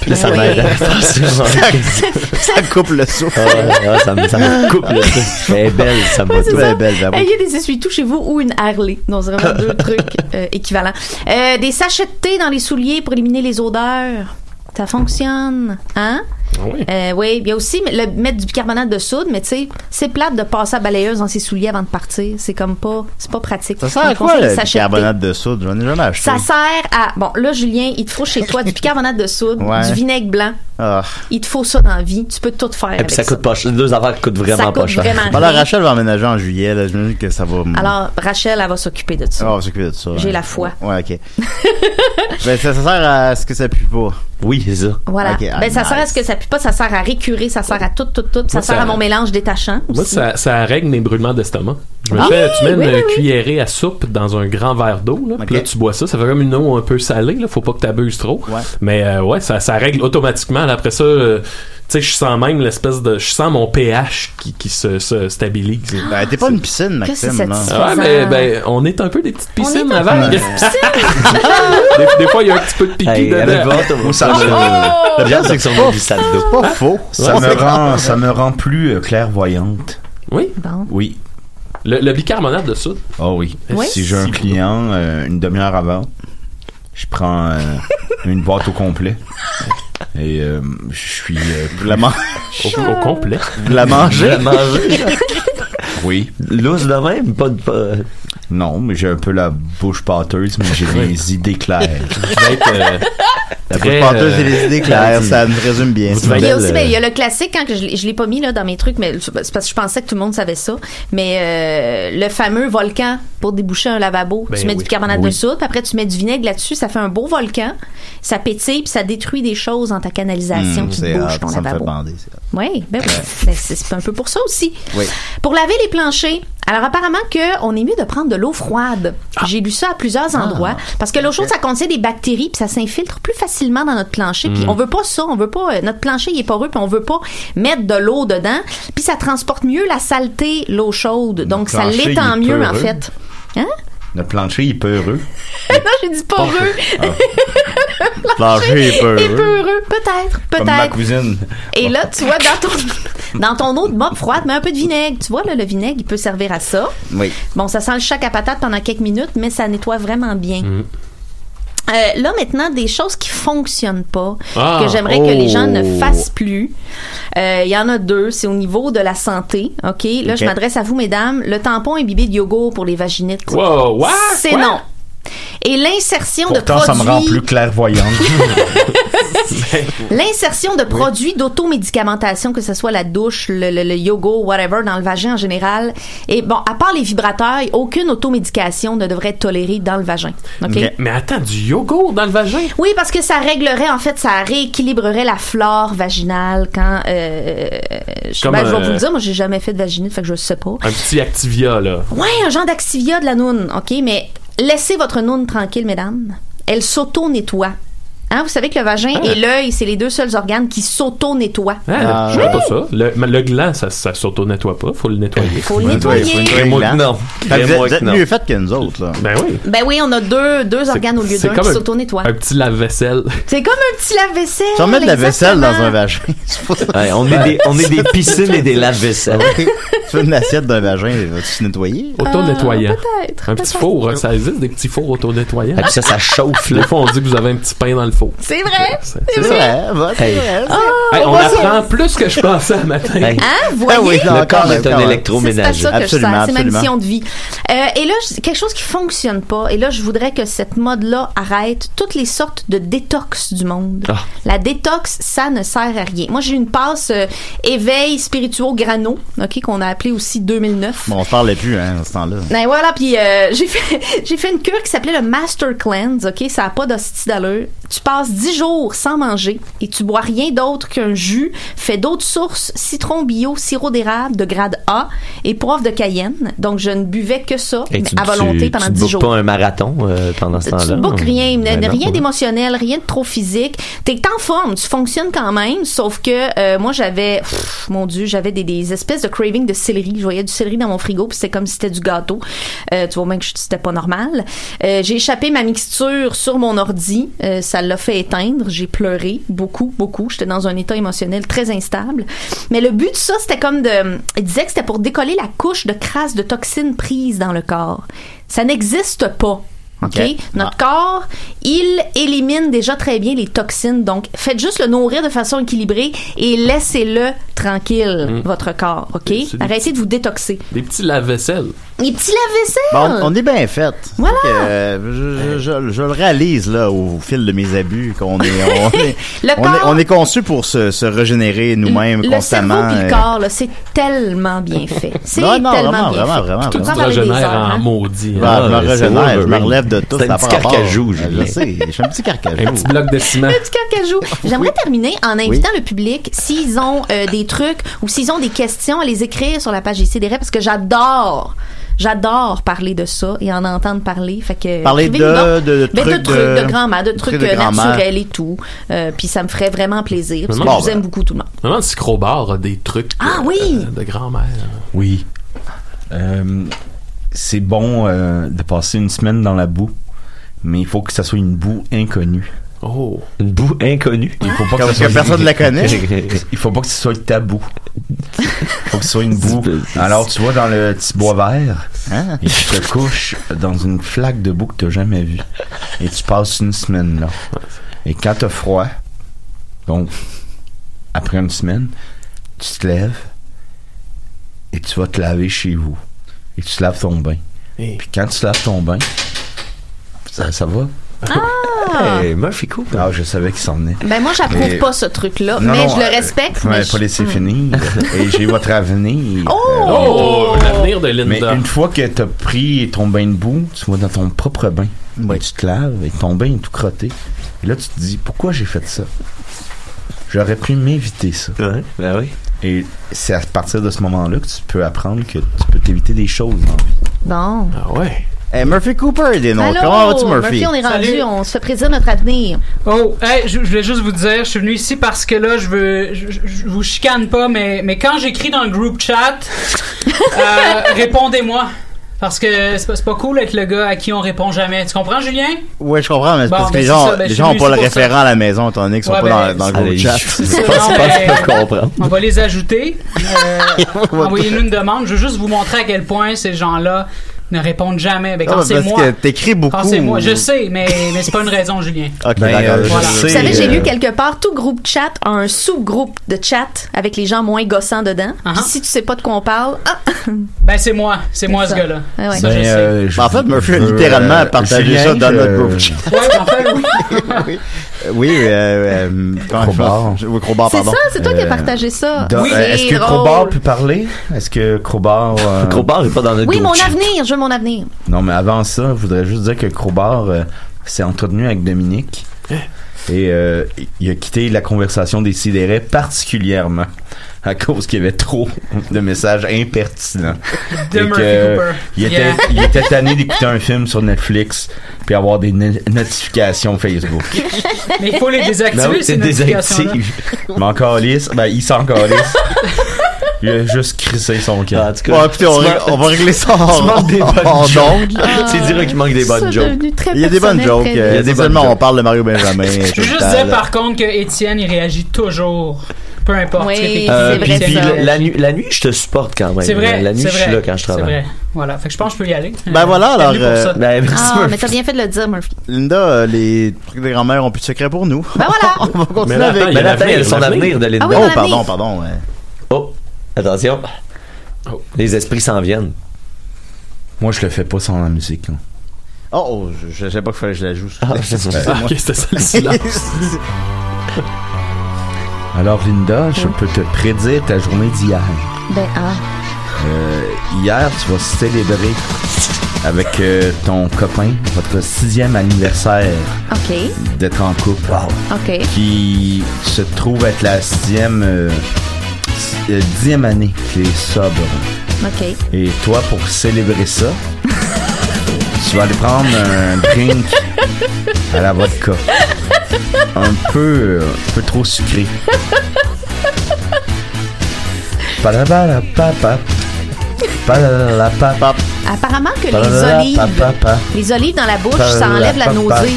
Speaker 7: Puis là, ça
Speaker 5: Oui.
Speaker 7: m'aide à faire ça.
Speaker 4: Ça coupe le souffle.
Speaker 7: Ah ouais, ouais, ça, me, ça me coupe le truc. Mais elle est belle, ça me
Speaker 5: Ouais, c'est
Speaker 7: tout.
Speaker 5: ça.
Speaker 4: est belle, j'avoue.
Speaker 5: Hey,
Speaker 4: [LAUGHS]
Speaker 5: Il y a des essuie-tout chez vous ou une Harley. Donc, c'est vraiment deux trucs euh, équivalents. Euh, des sachets de thé dans les souliers pour éliminer les odeurs. Ça fonctionne. Hein?
Speaker 4: Ah
Speaker 6: Oui.
Speaker 5: Euh, oui, il y a aussi le, mettre du bicarbonate de soude, mais tu sais, c'est plate de passer à balayeuse dans ses souliers avant de partir. C'est comme pas, c'est pas pratique.
Speaker 4: Ça sert à
Speaker 5: Donc, on
Speaker 4: quoi,
Speaker 5: conseille
Speaker 4: le
Speaker 5: les sachets de thé.
Speaker 4: bicarbonate de soude? J'en ai jamais acheté.
Speaker 5: Ça sert à. Bon, là, Julien, il te faut chez
Speaker 4: [LAUGHS]
Speaker 5: toi du bicarbonate de soude,
Speaker 4: Ouais.
Speaker 5: du vinaigre blanc.
Speaker 4: Ah.
Speaker 5: Il te faut ça dans la vie. Tu peux tout faire.
Speaker 7: Et
Speaker 5: avec
Speaker 7: puis ça coûte pas cher. Deux affaires qui coûtent vraiment
Speaker 5: Ça coûte
Speaker 7: pas cher.
Speaker 5: vraiment
Speaker 4: Bon, alors,
Speaker 5: rien.
Speaker 4: Rachel va emménager en juillet, là. J'imagine que ça va.
Speaker 5: Alors, Rachel, elle va s'occuper de
Speaker 4: Ah,
Speaker 5: ça.
Speaker 4: on va s'occuper de ça.
Speaker 5: J'ai
Speaker 4: hein.
Speaker 5: la foi.
Speaker 4: Ouais,
Speaker 5: [LAUGHS]
Speaker 4: ok. ben, ça, ça sert à ce que ça pue pas.
Speaker 7: Oui, c'est ça.
Speaker 5: Voilà.
Speaker 4: Ok, ah,
Speaker 5: ben, ça sert à
Speaker 4: nice.
Speaker 5: ce que ça pue pas, ça sert à récurer, ça sert à tout, tout, tout. Ça
Speaker 6: Moi,
Speaker 5: sert
Speaker 6: ça-
Speaker 5: à mon mélange détachant.
Speaker 6: Moi,
Speaker 5: aussi.
Speaker 6: ça, ça règle mes brûlements d'estomac. Je me
Speaker 5: Ah
Speaker 6: fais,
Speaker 5: oui,
Speaker 6: tu mets
Speaker 5: oui,
Speaker 6: une
Speaker 5: oui, oui.
Speaker 6: cuillerée à soupe dans un grand verre d'eau, là, puis
Speaker 4: Ok.
Speaker 6: là, tu bois ça. Ça fait comme une eau un peu salée, là. Faut pas que t'abuses trop.
Speaker 4: Ouais.
Speaker 6: Mais euh, ouais, ça, ça règle automatiquement. Là, après ça, euh, tu sais, je sens même l'espèce de. Je sens mon pH qui, qui se, se stabilise. là.
Speaker 4: Ben, t'es pas une piscine,
Speaker 5: Qu'est-ce que
Speaker 4: Maxime,
Speaker 5: c'est
Speaker 4: non?
Speaker 5: satisfaisant?
Speaker 6: Ah ouais, mais ben, on est un peu des petites piscines
Speaker 5: est un
Speaker 4: [LAUGHS]
Speaker 6: avant.
Speaker 5: peu
Speaker 6: des, des fois, il y a un petit peu de pipi
Speaker 7: Hey, avec
Speaker 6: dedans.
Speaker 7: votre
Speaker 8: Ou ça
Speaker 7: Ah,
Speaker 8: me-
Speaker 6: [LAUGHS]
Speaker 5: Oh!
Speaker 7: La bière, c'est que son oublie ça le dos.
Speaker 4: C'est pas faux.
Speaker 8: Ça me rend, ça me rend plus euh, clairvoyante.
Speaker 6: Oui,
Speaker 5: Bon.
Speaker 8: Oui.
Speaker 6: le, le bicarbonate de soude.
Speaker 8: Oh oui.
Speaker 5: Oui.
Speaker 8: Si j'ai un client euh, une demi-heure avant, je prends euh, une boîte au complet. Et euh, je suis euh,
Speaker 4: Vous la, man-
Speaker 6: Au, au complet.
Speaker 4: vous la mangez?
Speaker 7: Manger.
Speaker 8: oui.
Speaker 7: Lousse de même, pas de. pas-
Speaker 8: Non, mais j'ai un peu la bouche pâteuse, mais j'ai des idées claires.
Speaker 6: Je vais être, euh,
Speaker 4: La
Speaker 6: très,
Speaker 4: bouche pâteuse
Speaker 6: euh,
Speaker 4: et les idées claires, ça me résume bien.
Speaker 7: Vous
Speaker 4: ça.
Speaker 5: Il y
Speaker 7: belle,
Speaker 5: a aussi,
Speaker 7: euh,
Speaker 5: ben, il y a le classique, quand que je, l'ai- je l'ai pas mis là, dans mes trucs, mais c'est parce que je pensais que tout le monde savait ça. Mais euh, le fameux volcan pour déboucher un lavabo.
Speaker 6: Ben
Speaker 5: tu mets
Speaker 6: oui.
Speaker 5: du bicarbonate
Speaker 8: Oui.
Speaker 5: de soude, puis après tu mets du vinaigre là-dessus, ça fait un beau volcan, ça pétille, puis ça détruit des choses dans ta canalisation
Speaker 4: Hum,
Speaker 5: qui
Speaker 4: c'est
Speaker 5: bouge
Speaker 4: hot,
Speaker 5: ton
Speaker 4: ça me fait
Speaker 5: lavabo.
Speaker 4: bander. c'est hot.
Speaker 5: Oui, ben oui. Ben, c'est c'est un peu pour ça aussi.
Speaker 4: Oui.
Speaker 5: Pour laver les planchers, alors apparemment que on est mieux de prendre de l'eau froide.
Speaker 8: Ah.
Speaker 5: J'ai lu ça à plusieurs endroits parce que l'eau chaude ça contient des bactéries puis ça s'infiltre plus facilement dans notre plancher
Speaker 8: Hmm.
Speaker 5: puis on veut pas ça, on veut pas euh, notre plancher il est poreux puis on veut pas mettre de l'eau dedans puis ça transporte mieux la saleté l'eau chaude donc ça
Speaker 8: plancher,
Speaker 5: l'étend
Speaker 8: il est
Speaker 5: mieux en
Speaker 8: peureux.
Speaker 5: fait. Hein?
Speaker 8: Le plancher, il est peu heureux.
Speaker 5: [LAUGHS] non, j'ai dit [LAUGHS] poreux
Speaker 8: Ah.
Speaker 4: Plancher est
Speaker 5: et
Speaker 4: peureux.
Speaker 5: peureux peut-être,
Speaker 8: Comme ma
Speaker 5: peut-être.
Speaker 8: cousine.
Speaker 5: Et là, tu vois, dans ton, [LAUGHS] dans ton eau de mop froide, mets un peu de vinaigre. Tu vois, là, le vinaigre, il peut servir à ça.
Speaker 4: Oui.
Speaker 5: Bon, ça sent le choc à patate pendant quelques minutes, mais ça nettoie vraiment bien.
Speaker 6: Mm.
Speaker 5: Euh, là maintenant des choses qui fonctionnent pas
Speaker 6: Ah.
Speaker 5: que j'aimerais que les gens ne
Speaker 4: Oh.
Speaker 5: fassent plus. Euh, Il y en a deux, c'est au niveau de la santé, ok. Là je
Speaker 4: Ok.
Speaker 5: m'adresse à vous mesdames, le tampon imbibé de yogourt pour les vaginites.
Speaker 6: Wow, what?
Speaker 5: C'est
Speaker 6: What?
Speaker 5: non. Et l'insertion de
Speaker 8: Pourtant,
Speaker 5: produits,
Speaker 8: ça me rend plus
Speaker 4: [LAUGHS]
Speaker 8: clairvoyante.
Speaker 5: l'insertion de produits d'automédicamentation, que ce soit la douche, le, le, le yogourt, whatever, dans le vagin en général. Et bon, à part les vibrateurs, aucune automédication ne devrait être tolérée dans le vagin,
Speaker 4: Ok.
Speaker 5: ok.
Speaker 6: Mais attends, du yogourt dans le vagin?
Speaker 5: Oui, parce que ça réglerait, en fait, ça rééquilibrerait la flore vaginale quand. euh, je,
Speaker 6: Comme euh,
Speaker 5: ben, je vais
Speaker 6: un-
Speaker 5: vous le dire, moi, j'ai jamais fait de vaginite, fait que je sais pas.
Speaker 6: Un petit Activia, là.
Speaker 5: Ouais, un genre d'Axivia de la noune, OK, mais laissez votre noune tranquille, mesdames. Elle s'auto-nettoie. Hein, vous savez que le vagin et l'œil, c'est les deux seuls organes qui s'auto-nettoient.
Speaker 4: Euh,
Speaker 6: Ah, je sais pas ça. Le, mais le gland, ça, ça s'auto-nettoie pas. Faut le nettoyer.
Speaker 5: Faut le nettoyer.
Speaker 7: Moi,
Speaker 4: Hein?
Speaker 7: non.
Speaker 4: Fait que Vous êtes,
Speaker 7: Moi,
Speaker 4: vous êtes
Speaker 7: non.
Speaker 4: mieux fait que nous autres, là.
Speaker 6: Ben oui.
Speaker 5: Ben oui, on a deux, deux organes au lieu
Speaker 6: c'est
Speaker 5: d'un
Speaker 6: comme
Speaker 5: qui
Speaker 6: un-
Speaker 5: s'auto-nettoient.
Speaker 6: Un petit lave-vaisselle.
Speaker 5: C'est comme un petit lave-vaisselle.
Speaker 4: Tu remets de la vaisselle dans un
Speaker 5: exactement.
Speaker 4: vagin. [LAUGHS] C'est pour ça.
Speaker 7: Ouais, on, est des, on est des piscines et des lave-vaisselle.
Speaker 4: tu fais une assiette d'un vagin, vas-tu se nettoyer?
Speaker 6: Auto-nettoyant.
Speaker 5: Peut-être.
Speaker 6: un petit
Speaker 5: Euh, peut-être.
Speaker 6: four, hein, ça existe, des petits fours auto-nettoyants.
Speaker 7: Et puis ça, ça chauffe,
Speaker 6: Des
Speaker 7: là.
Speaker 6: fois, on dit que vous avez un petit pain dans le faux.
Speaker 5: C'est vrai.
Speaker 6: C'est
Speaker 5: C'est
Speaker 6: c'est ça.
Speaker 5: vrai.
Speaker 4: Ouais, va, c'est
Speaker 7: Hey.
Speaker 4: vrai, c'est-
Speaker 6: Hey, on
Speaker 4: va se-
Speaker 6: apprend plus que je pensais à matin.
Speaker 7: Hey,
Speaker 5: Hein, vous
Speaker 4: Ah oui,
Speaker 5: voyez?
Speaker 7: le corps
Speaker 4: quand même,
Speaker 7: est
Speaker 4: quand même.
Speaker 5: C'est
Speaker 7: un
Speaker 5: c'est à ça
Speaker 7: électroménager.
Speaker 5: que je
Speaker 4: Absolument,
Speaker 5: sers, c'est ma
Speaker 4: absolument.
Speaker 5: mission de vie. Euh, et là, je- quelque chose qui fonctionne pas. Et là, je voudrais que cette mode-là arrête toutes les sortes de détox du monde.
Speaker 7: Ah.
Speaker 5: La détox, ça ne sert à rien. Moi, j'ai une passe euh, éveil spirituo grano, ok, qu'on a appelée aussi 2009.
Speaker 4: Bon, on se parlait plus, hein, à ce temps-là.
Speaker 5: Ben voilà, puis euh, j'ai fait [LAUGHS] j'ai fait une cure qui s'appelait le Master Cleanse, OK, ça a pas d'hostie d'allure. Tu passes 10 jours sans manger et tu bois rien d'autre qu'un jus fait d'autres sources, citron bio, sirop d'érable de grade A et poivre de Cayenne. Donc je ne buvais que ça
Speaker 7: Hey, tu-
Speaker 5: Oh, à
Speaker 7: tu-
Speaker 5: volonté
Speaker 7: tu
Speaker 5: pendant
Speaker 7: te
Speaker 5: 10
Speaker 7: bookes
Speaker 5: jours.
Speaker 7: pas un marathon euh, pendant ce temps-là.
Speaker 5: Tu ne bookes rien,
Speaker 7: Ben non.
Speaker 5: rien [LAUGHS] d'émotionnel, rien de trop physique. T'es en forme, tu fonctionnes quand même, sauf que euh, moi j'avais, pff, mon Dieu, j'avais des, des espèces de cravings de céleri. Je voyais du céleri dans mon frigo, puis c'était comme si c'était du gâteau. Euh, tu vois bien que je- c'était pas normal. Euh, j'ai échappé ma mixture sur mon ordi, Euh, ça l'a fait éteindre. J'ai pleuré beaucoup, beaucoup. J'étais dans un état émotionnel très instable. Mais le but de ça, c'était comme de, il disait que c'était pour décoller la couche de crasse de toxines prises dans le corps. Ça n'existe pas. OK?
Speaker 4: Ok. Ah.
Speaker 5: Notre corps, il élimine déjà très bien les toxines. Donc, faites juste le nourrir de façon équilibrée et laissez-le tranquille,
Speaker 4: Mm.
Speaker 5: votre corps. OK?
Speaker 6: C'est- c'est des
Speaker 5: Arrêtez de vous détoxer.
Speaker 6: Des petits lave-vaisselle.
Speaker 5: Les petits lave-vaisselle!
Speaker 4: Bon, on est bien fait.
Speaker 5: Ah. Voilà.
Speaker 4: Fait que, euh, je, je- je- je le réalise là au fil de mes abus qu'on est
Speaker 5: [LAUGHS]
Speaker 4: on est, on
Speaker 5: Le
Speaker 4: est
Speaker 5: corps-
Speaker 4: on est conçu pour se, se régénérer nous-mêmes
Speaker 5: le
Speaker 4: constamment.
Speaker 5: cerveau puis le
Speaker 4: euh.
Speaker 5: corps, là, c'est tellement
Speaker 4: [LAUGHS]
Speaker 5: bien fait. C'est
Speaker 4: Non, non, vraiment,
Speaker 5: tellement bien
Speaker 4: vraiment,
Speaker 5: fait.
Speaker 4: vraiment,
Speaker 5: Puis tout le
Speaker 4: vraiment.
Speaker 5: temps parler
Speaker 6: Tu te
Speaker 5: des
Speaker 6: régénères
Speaker 5: heures, hein.
Speaker 6: en maudit. hein.
Speaker 4: Ben, je me
Speaker 7: Ah, c'est
Speaker 4: régénère, je me
Speaker 7: Wolverine.
Speaker 4: relève de tout.
Speaker 7: C'est un
Speaker 4: ça
Speaker 7: petit
Speaker 4: part à part.
Speaker 7: carcajou, Julien.
Speaker 4: Je sais, je suis un petit carcajou.
Speaker 6: Un petit bloc de ciment.
Speaker 5: Le petit carcajou. J'aimerais terminer en invitant le public, s'ils ont euh, des trucs ou s'ils ont des questions, à les écrire sur la page ICDR parce que j'adore, j'adore parler de ça et en entendre parler. Fait que,
Speaker 4: Parler de,
Speaker 5: écrivez-nous donc.
Speaker 4: de, de
Speaker 5: Ben,
Speaker 4: trucs
Speaker 5: de trucs de grand-mère, de trucs euh,
Speaker 4: grand-mère.
Speaker 5: naturels et tout. Euh, puis ça me ferait vraiment plaisir parce que
Speaker 6: Bon,
Speaker 5: je vous aime beaucoup tout le monde.
Speaker 6: Maman, si Crowbar a des trucs de- euh,
Speaker 5: Ah oui!
Speaker 6: de grand-mère.
Speaker 8: Oui. Euh, c'est bon euh, de passer une semaine dans la boue, mais il faut que ça soit une boue inconnue.
Speaker 6: Oh.
Speaker 7: Une boue inconnue.
Speaker 8: Il faut pas
Speaker 4: Comme
Speaker 8: que, ça
Speaker 4: Ah. que
Speaker 8: soit-
Speaker 4: personne ne la connaît.
Speaker 8: [LAUGHS] Il faut pas que ce soit tabou. Il faut que ce soit une boue. Alors tu vas dans le petit bois vert
Speaker 4: Hein?
Speaker 8: et tu te couches dans une flaque de boue que t'as jamais vue. Et tu passes une semaine là. Et quand t'as froid, donc après une semaine, tu te lèves et tu vas te laver chez vous. Et tu te laves ton bain.
Speaker 6: Hey.
Speaker 8: Puis quand tu laves ton bain, ça, ça va.
Speaker 7: Hey, Murphy Cool.
Speaker 8: Ah, je savais qu'il s'en venait.
Speaker 5: Ben moi, j'approuve
Speaker 8: Mais-
Speaker 5: pas ce truc-là,
Speaker 8: Non,
Speaker 5: mais
Speaker 8: non,
Speaker 5: je le
Speaker 8: euh,
Speaker 5: respecte.
Speaker 8: Vous
Speaker 5: mais
Speaker 8: m'avez
Speaker 5: je- Hmm.
Speaker 8: pas laissé finir. Et j'ai votre avenir.
Speaker 5: [LAUGHS]
Speaker 7: Euh,
Speaker 5: Oh!
Speaker 6: Oh, l'avenir de
Speaker 8: Mais
Speaker 6: Linda.
Speaker 8: une fois que t'as pris ton bain de boue, tu vas dans ton propre bain. Et tu te laves et ton bain est tout crotté. Et là, tu te dis, pourquoi j'ai fait ça? J'aurais pu m'éviter ça.
Speaker 7: Ouais, ben oui.
Speaker 8: Et c'est à partir de ce moment-là que tu peux apprendre que tu peux t'éviter des choses. dans la vie.
Speaker 5: Bon.
Speaker 6: Ah ouais.
Speaker 4: Hey, Eh, Murphy Cooper, des noms.
Speaker 5: Allô,
Speaker 4: Comment vas-tu,
Speaker 5: Murphy,
Speaker 4: Murphy?
Speaker 5: on est rendu,
Speaker 9: Salut.
Speaker 5: on se fait prédire notre avenir.
Speaker 4: [LAUGHS]
Speaker 9: Oh, hey, je, je voulais juste vous dire, je suis venu ici parce que là, je veux, je, je- je vous chicane pas, mais, mais quand j'écris dans le
Speaker 4: [LAUGHS]
Speaker 9: group chat, euh, répondez-moi. Parce que c'est pas, c'est pas cool être le gars à qui on répond jamais. Tu comprends, Julien?
Speaker 4: Ouais, je comprends, mais c'est
Speaker 9: Bon,
Speaker 4: parce que
Speaker 9: mais
Speaker 4: les
Speaker 9: c'est
Speaker 4: gens
Speaker 9: ça, ben,
Speaker 4: les
Speaker 9: je
Speaker 4: gens
Speaker 9: suis
Speaker 4: ont pas le
Speaker 9: venu pour ça.
Speaker 4: référent à la maison, étant donné qu'ils sont
Speaker 9: Ouais,
Speaker 4: pas
Speaker 9: ben,
Speaker 4: dans- dans le
Speaker 7: Allez,
Speaker 4: groupe chat.
Speaker 7: je-
Speaker 9: ça,
Speaker 7: je pense
Speaker 9: non,
Speaker 7: pas que
Speaker 9: mais-
Speaker 7: tu peux comprendre.
Speaker 9: On va les
Speaker 4: [LAUGHS]
Speaker 9: ajouter. Euh, Envoyez-nous une demande. Je veux juste vous montrer à quel point ces gens-là ne répondent jamais. Ben,
Speaker 4: Ah,
Speaker 9: quand c'est
Speaker 4: parce
Speaker 9: moi.
Speaker 4: que t'écris beaucoup.
Speaker 9: Quand c'est moi. Je sais, mais, mais c'est pas une raison, Julien.
Speaker 4: Ok,
Speaker 8: Ben,
Speaker 4: d'accord,
Speaker 8: euh,
Speaker 4: je
Speaker 9: voilà.
Speaker 4: sais,
Speaker 5: Vous savez, j'ai
Speaker 4: euh,
Speaker 5: lu quelque part, tout groupe chat a un sous-groupe de chat avec les gens moins gossants dedans.
Speaker 9: Ah
Speaker 5: Puis
Speaker 9: ah.
Speaker 5: si tu sais pas de quoi on parle, ah,
Speaker 9: Ben, c'est moi. C'est moi,
Speaker 5: ça.
Speaker 9: ce gars-là.
Speaker 5: Ah ouais.
Speaker 9: Ça, je
Speaker 8: Ben,
Speaker 9: sais.
Speaker 8: euh, je
Speaker 4: En fait,
Speaker 8: veux-
Speaker 4: Murphy a
Speaker 8: je veux,
Speaker 4: littéralement
Speaker 8: euh,
Speaker 4: partagé
Speaker 8: Julien,
Speaker 4: ça dans
Speaker 8: je-
Speaker 4: notre groupe chat.
Speaker 9: Ouais, en fait, oui.
Speaker 4: Oui, euh, euh, comment je
Speaker 8: Crowbar.
Speaker 4: pense- oui, Crowbar,
Speaker 5: c'est
Speaker 4: pardon.
Speaker 5: ça, c'est toi qui as
Speaker 8: Euh,
Speaker 5: partagé ça.
Speaker 8: Dans-
Speaker 5: Oui,
Speaker 8: euh,
Speaker 5: c'est
Speaker 8: Est-ce que
Speaker 5: drôle.
Speaker 8: Crowbar peut parler? Est-ce que Crowbar... euh,
Speaker 7: Crowbar est pas dans notre
Speaker 5: Oui,
Speaker 7: groupe
Speaker 5: mon
Speaker 7: chat.
Speaker 5: avenir, je veux
Speaker 4: [LAUGHS]
Speaker 5: mon avenir.
Speaker 8: Non, mais avant ça, je voudrais juste dire que Crowbar euh, s'est entretenu avec Dominique. Et euh, il a quitté la conversation des sidérés particulièrement à cause qu'il y avait trop de messages impertinents.
Speaker 9: [LAUGHS] De
Speaker 8: Et
Speaker 9: Murphy
Speaker 8: que,
Speaker 9: Cooper.
Speaker 8: Il était,
Speaker 9: Yeah.
Speaker 8: il était tanné d'écouter un film sur Netflix puis avoir des no- notifications
Speaker 9: [LAUGHS]
Speaker 8: Facebook.
Speaker 9: [LAUGHS] Mais il faut les désactiver,
Speaker 8: Ben oui,
Speaker 9: ces
Speaker 8: c'est
Speaker 9: notifications-là.
Speaker 8: désactive.
Speaker 5: [LAUGHS]
Speaker 8: Mais encore lisse. Ben, il s'en calisse. Il a juste crissé son
Speaker 7: Ah,
Speaker 8: camp.
Speaker 7: en tout
Speaker 4: Ouais,
Speaker 7: cas,
Speaker 4: putain, on,
Speaker 7: tu
Speaker 4: ré-
Speaker 7: manques-
Speaker 4: on va régler ça
Speaker 7: tu
Speaker 4: en,
Speaker 7: manques des
Speaker 4: en-
Speaker 7: bonnes
Speaker 4: en
Speaker 7: jokes. C'est dire qu'il manque des
Speaker 5: Ça,
Speaker 7: bonnes jokes.
Speaker 5: devenu très
Speaker 4: Il y a des bonnes
Speaker 5: personnel,
Speaker 4: jokes.
Speaker 5: très
Speaker 4: euh,
Speaker 7: Il y a des bonnes
Speaker 4: Seulement, on
Speaker 7: jokes.
Speaker 4: parle de Mario Benjamin.
Speaker 9: Je veux juste dire par contre que Étienne, il réagit toujours peu importe.
Speaker 5: Oui,
Speaker 9: que t'es qui,
Speaker 7: Euh,
Speaker 9: c'est
Speaker 7: puis
Speaker 9: vrai,
Speaker 7: puis
Speaker 9: ça.
Speaker 7: le- la, nuit, la nuit, je te supporte quand même.
Speaker 9: C'est vrai.
Speaker 7: La nuit,
Speaker 9: c'est
Speaker 7: je suis
Speaker 9: vrai,
Speaker 7: là quand je
Speaker 9: c'est
Speaker 7: travaille.
Speaker 9: vrai. Voilà. Fait que je pense que je peux y aller.
Speaker 4: Ben voilà, alors,
Speaker 9: bienvenue pour
Speaker 4: euh,
Speaker 9: ça.
Speaker 7: Ben, merci,
Speaker 5: Ah,
Speaker 7: Murphy.
Speaker 5: mais t'as bien fait de le dire, Murphy.
Speaker 4: Linda, euh, les trucs de grand-mère ont plus de secret pour nous.
Speaker 5: Ben voilà.
Speaker 4: [LAUGHS] On va continuer
Speaker 7: Mais là,
Speaker 4: avec.
Speaker 7: attends,
Speaker 4: Ben,
Speaker 7: il
Speaker 4: attends,
Speaker 7: y a l'avenir,
Speaker 4: il y a son
Speaker 7: l'avenir.
Speaker 4: avenir de Linda.
Speaker 5: Ah oui,
Speaker 4: oh,
Speaker 5: mon
Speaker 4: pardon,
Speaker 5: avenir.
Speaker 4: pardon. ouais.
Speaker 7: Oh, attention. Les esprits s'en viennent.
Speaker 8: Oh. Moi, je le fais pas sans la musique. là.
Speaker 4: Oh, oh, je, je savais pas qu'il fallait que je la joue.
Speaker 7: Ah, c'est ça.
Speaker 4: Excusez-moi.
Speaker 6: Ok, c'était ça
Speaker 4: [LAUGHS]
Speaker 6: le silence.
Speaker 8: Alors, Linda, je peux te prédire ta journée d'hier.
Speaker 5: Ben ah.
Speaker 8: Euh, hier, tu vas célébrer avec euh, ton copain votre sixième anniversaire
Speaker 5: OK.
Speaker 8: d'être en couple.
Speaker 5: OK.
Speaker 8: Qui se trouve être la sixième, euh, si- euh, dixième année qui est sobre.
Speaker 5: OK.
Speaker 8: Et toi, pour célébrer ça,
Speaker 5: [LAUGHS]
Speaker 8: tu vas aller prendre un drink à la vodka. Un peu, euh, un peu trop sucré. Palabalapapa. Palabalapapa.
Speaker 5: Apparemment que les olives,
Speaker 8: Palabalapapa.
Speaker 5: les olives dans la bouche, ça enlève la nausée.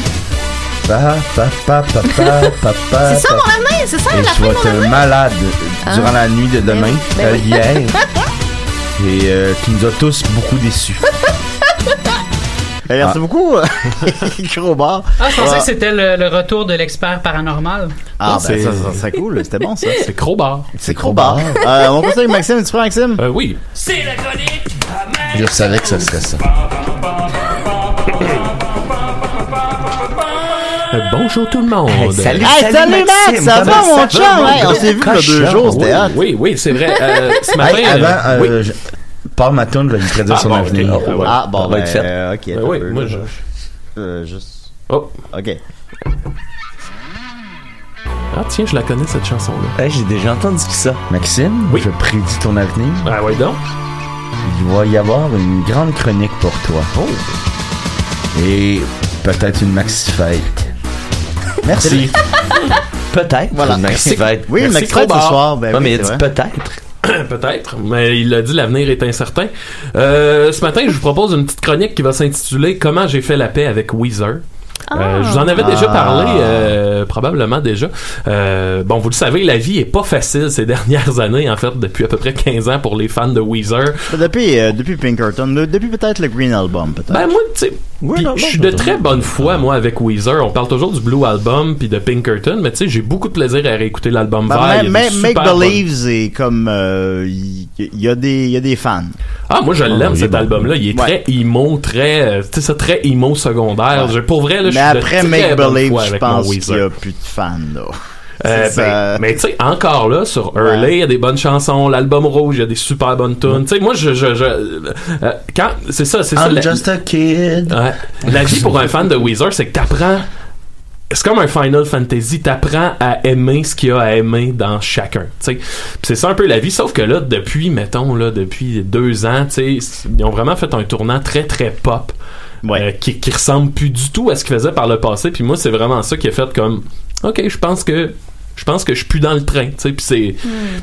Speaker 8: Papapapapapapa.
Speaker 5: C'est ça mon avenir, c'est ça
Speaker 8: Et
Speaker 5: la
Speaker 8: tu
Speaker 5: fin
Speaker 8: vas
Speaker 5: de mon avenir.
Speaker 8: être malade durant la nuit de demain,
Speaker 5: oui, ben
Speaker 8: euh,
Speaker 5: oui. [LAUGHS]
Speaker 8: hier. Et euh, tu nous as tous beaucoup déçus.
Speaker 4: Ben, Merci
Speaker 8: Ah.
Speaker 4: beaucoup, [LAUGHS] gros bar.
Speaker 9: Ah, je pensais que c'était le, le retour de l'expert paranormal.
Speaker 4: Ah, ben
Speaker 6: C'est-
Speaker 4: ça, ça serait cool. C'était bon, ça.
Speaker 6: [LAUGHS] C'est Crowbar.
Speaker 4: C'est gros bar. Euh, on conseille Maxime. Tu prends Maxime?
Speaker 6: Euh, oui.
Speaker 10: Je savais que ça serait ça.
Speaker 6: Ah, Euh, bonjour tout le monde.
Speaker 4: Hey, salut, Max! Ça va, mon chum?
Speaker 5: Ah
Speaker 4: Hey, on s'est vu il y a deux jours, c'était hot.
Speaker 6: Oui, oui, c'est vrai. Euh, ce matin.
Speaker 8: Hey, avant,
Speaker 6: euh, oui.
Speaker 8: euh, je- parle ma toune, je vais lui prédire
Speaker 6: Ah,
Speaker 8: son
Speaker 6: bon,
Speaker 8: avenir.
Speaker 6: ok. Ah, ouais.
Speaker 4: Ah, bon,
Speaker 7: Ça va
Speaker 4: ben,
Speaker 7: être fait.
Speaker 4: euh, ok.
Speaker 6: Ben
Speaker 4: attends
Speaker 6: oui,
Speaker 4: un peu,
Speaker 6: moi,
Speaker 4: là.
Speaker 6: je-
Speaker 4: Euh, juste.
Speaker 6: Oh.
Speaker 4: Ok.
Speaker 6: Ah, tiens, je la connais, cette chanson-là.
Speaker 7: Hey, J'ai déjà entendu ça.
Speaker 8: Maxime,
Speaker 6: Oui.
Speaker 8: je prédis ton avenir.
Speaker 6: Ah, ouais, donc.
Speaker 8: Il va y avoir une grande chronique pour toi.
Speaker 6: Oh.
Speaker 8: Et peut-être une maxi-fête. Merci.
Speaker 7: Peut-être.
Speaker 4: Voilà.
Speaker 7: Merci. Peut-être.
Speaker 4: Oui,
Speaker 6: Merci,
Speaker 4: Max, ce
Speaker 6: Crowbar.
Speaker 4: soir. Ben,
Speaker 7: Ouais,
Speaker 4: oui,
Speaker 7: mais il
Speaker 4: c'est
Speaker 7: a dit
Speaker 4: vrai.
Speaker 7: peut-être.
Speaker 6: [COUGHS] Peut-être, mais il a dit l'avenir est incertain. Euh, ce matin, je vous propose une petite chronique qui va s'intituler Comment j'ai fait la paix avec Weezer. Euh, je vous en avais déjà
Speaker 4: Ah.
Speaker 6: parlé, euh, probablement déjà. Euh, bon, vous le savez, la vie est pas facile ces [LAUGHS] dernières années, en fait, depuis à peu près 15 ans pour les fans de Weezer.
Speaker 4: Depuis, euh, depuis Pinkerton, le- depuis peut-être le Green Album, peut-être.
Speaker 6: Ben moi, tu sais, puis
Speaker 2: Ah,
Speaker 7: non, non,
Speaker 6: je suis
Speaker 7: non,
Speaker 6: de
Speaker 7: non,
Speaker 6: très
Speaker 7: non,
Speaker 6: bonne foi moi avec Weezer. On parle toujours du Blue Album puis de Pinkerton, mais tu sais, j'ai beaucoup de plaisir à réécouter l'album
Speaker 4: Ben,
Speaker 6: vert.
Speaker 4: ma-
Speaker 6: Il y a
Speaker 4: ma-
Speaker 6: des
Speaker 4: Make
Speaker 6: super bonnes-
Speaker 4: Believes est comme. euh, Il il y, a des- il y a des fans.
Speaker 6: Ah, moi je l'aime
Speaker 8: il est
Speaker 6: cet
Speaker 8: bon.
Speaker 6: album-là. Il est
Speaker 4: Ouais.
Speaker 6: très emo, très, euh, tu sais, ça très emo secondaire. Je- pour vrai, là,
Speaker 4: Mais
Speaker 6: je suis de
Speaker 4: après
Speaker 6: très
Speaker 4: Make
Speaker 6: bonne
Speaker 4: Believe,
Speaker 6: foi
Speaker 4: je
Speaker 6: avec
Speaker 4: pense
Speaker 6: mon
Speaker 4: qu'il
Speaker 6: Weezer.
Speaker 4: n'y a plus de fans, là.
Speaker 6: Euh,
Speaker 4: C'est
Speaker 6: ben,
Speaker 4: ça.
Speaker 6: mais tu sais, encore là, sur Early, il y a des bonnes chansons. L'album rouge, il y a des super bonnes tunes. Tu sais, moi, je, je, je- euh, quand, c'est ça, c'est ça.
Speaker 8: I'm
Speaker 6: la-
Speaker 8: just a kid.
Speaker 6: Ouais. La vie pour un fan de Weezer, c'est que t'apprends. C'est comme un Final Fantasy, t'apprends à aimer ce qu'il y a à aimer dans chacun. tu sais. Puis C'est ça un peu la vie, sauf que là, depuis, mettons, là, depuis deux ans, tu sais, ils ont vraiment fait un tournant très très pop
Speaker 4: Ouais.
Speaker 6: euh, qui, qui ressemble plus du tout à ce qu'ils faisaient par le passé. Puis moi, c'est vraiment ça qui a fait comme OK, je pense que. Je pense que je suis plus dans le train, tu sais, puis c'est,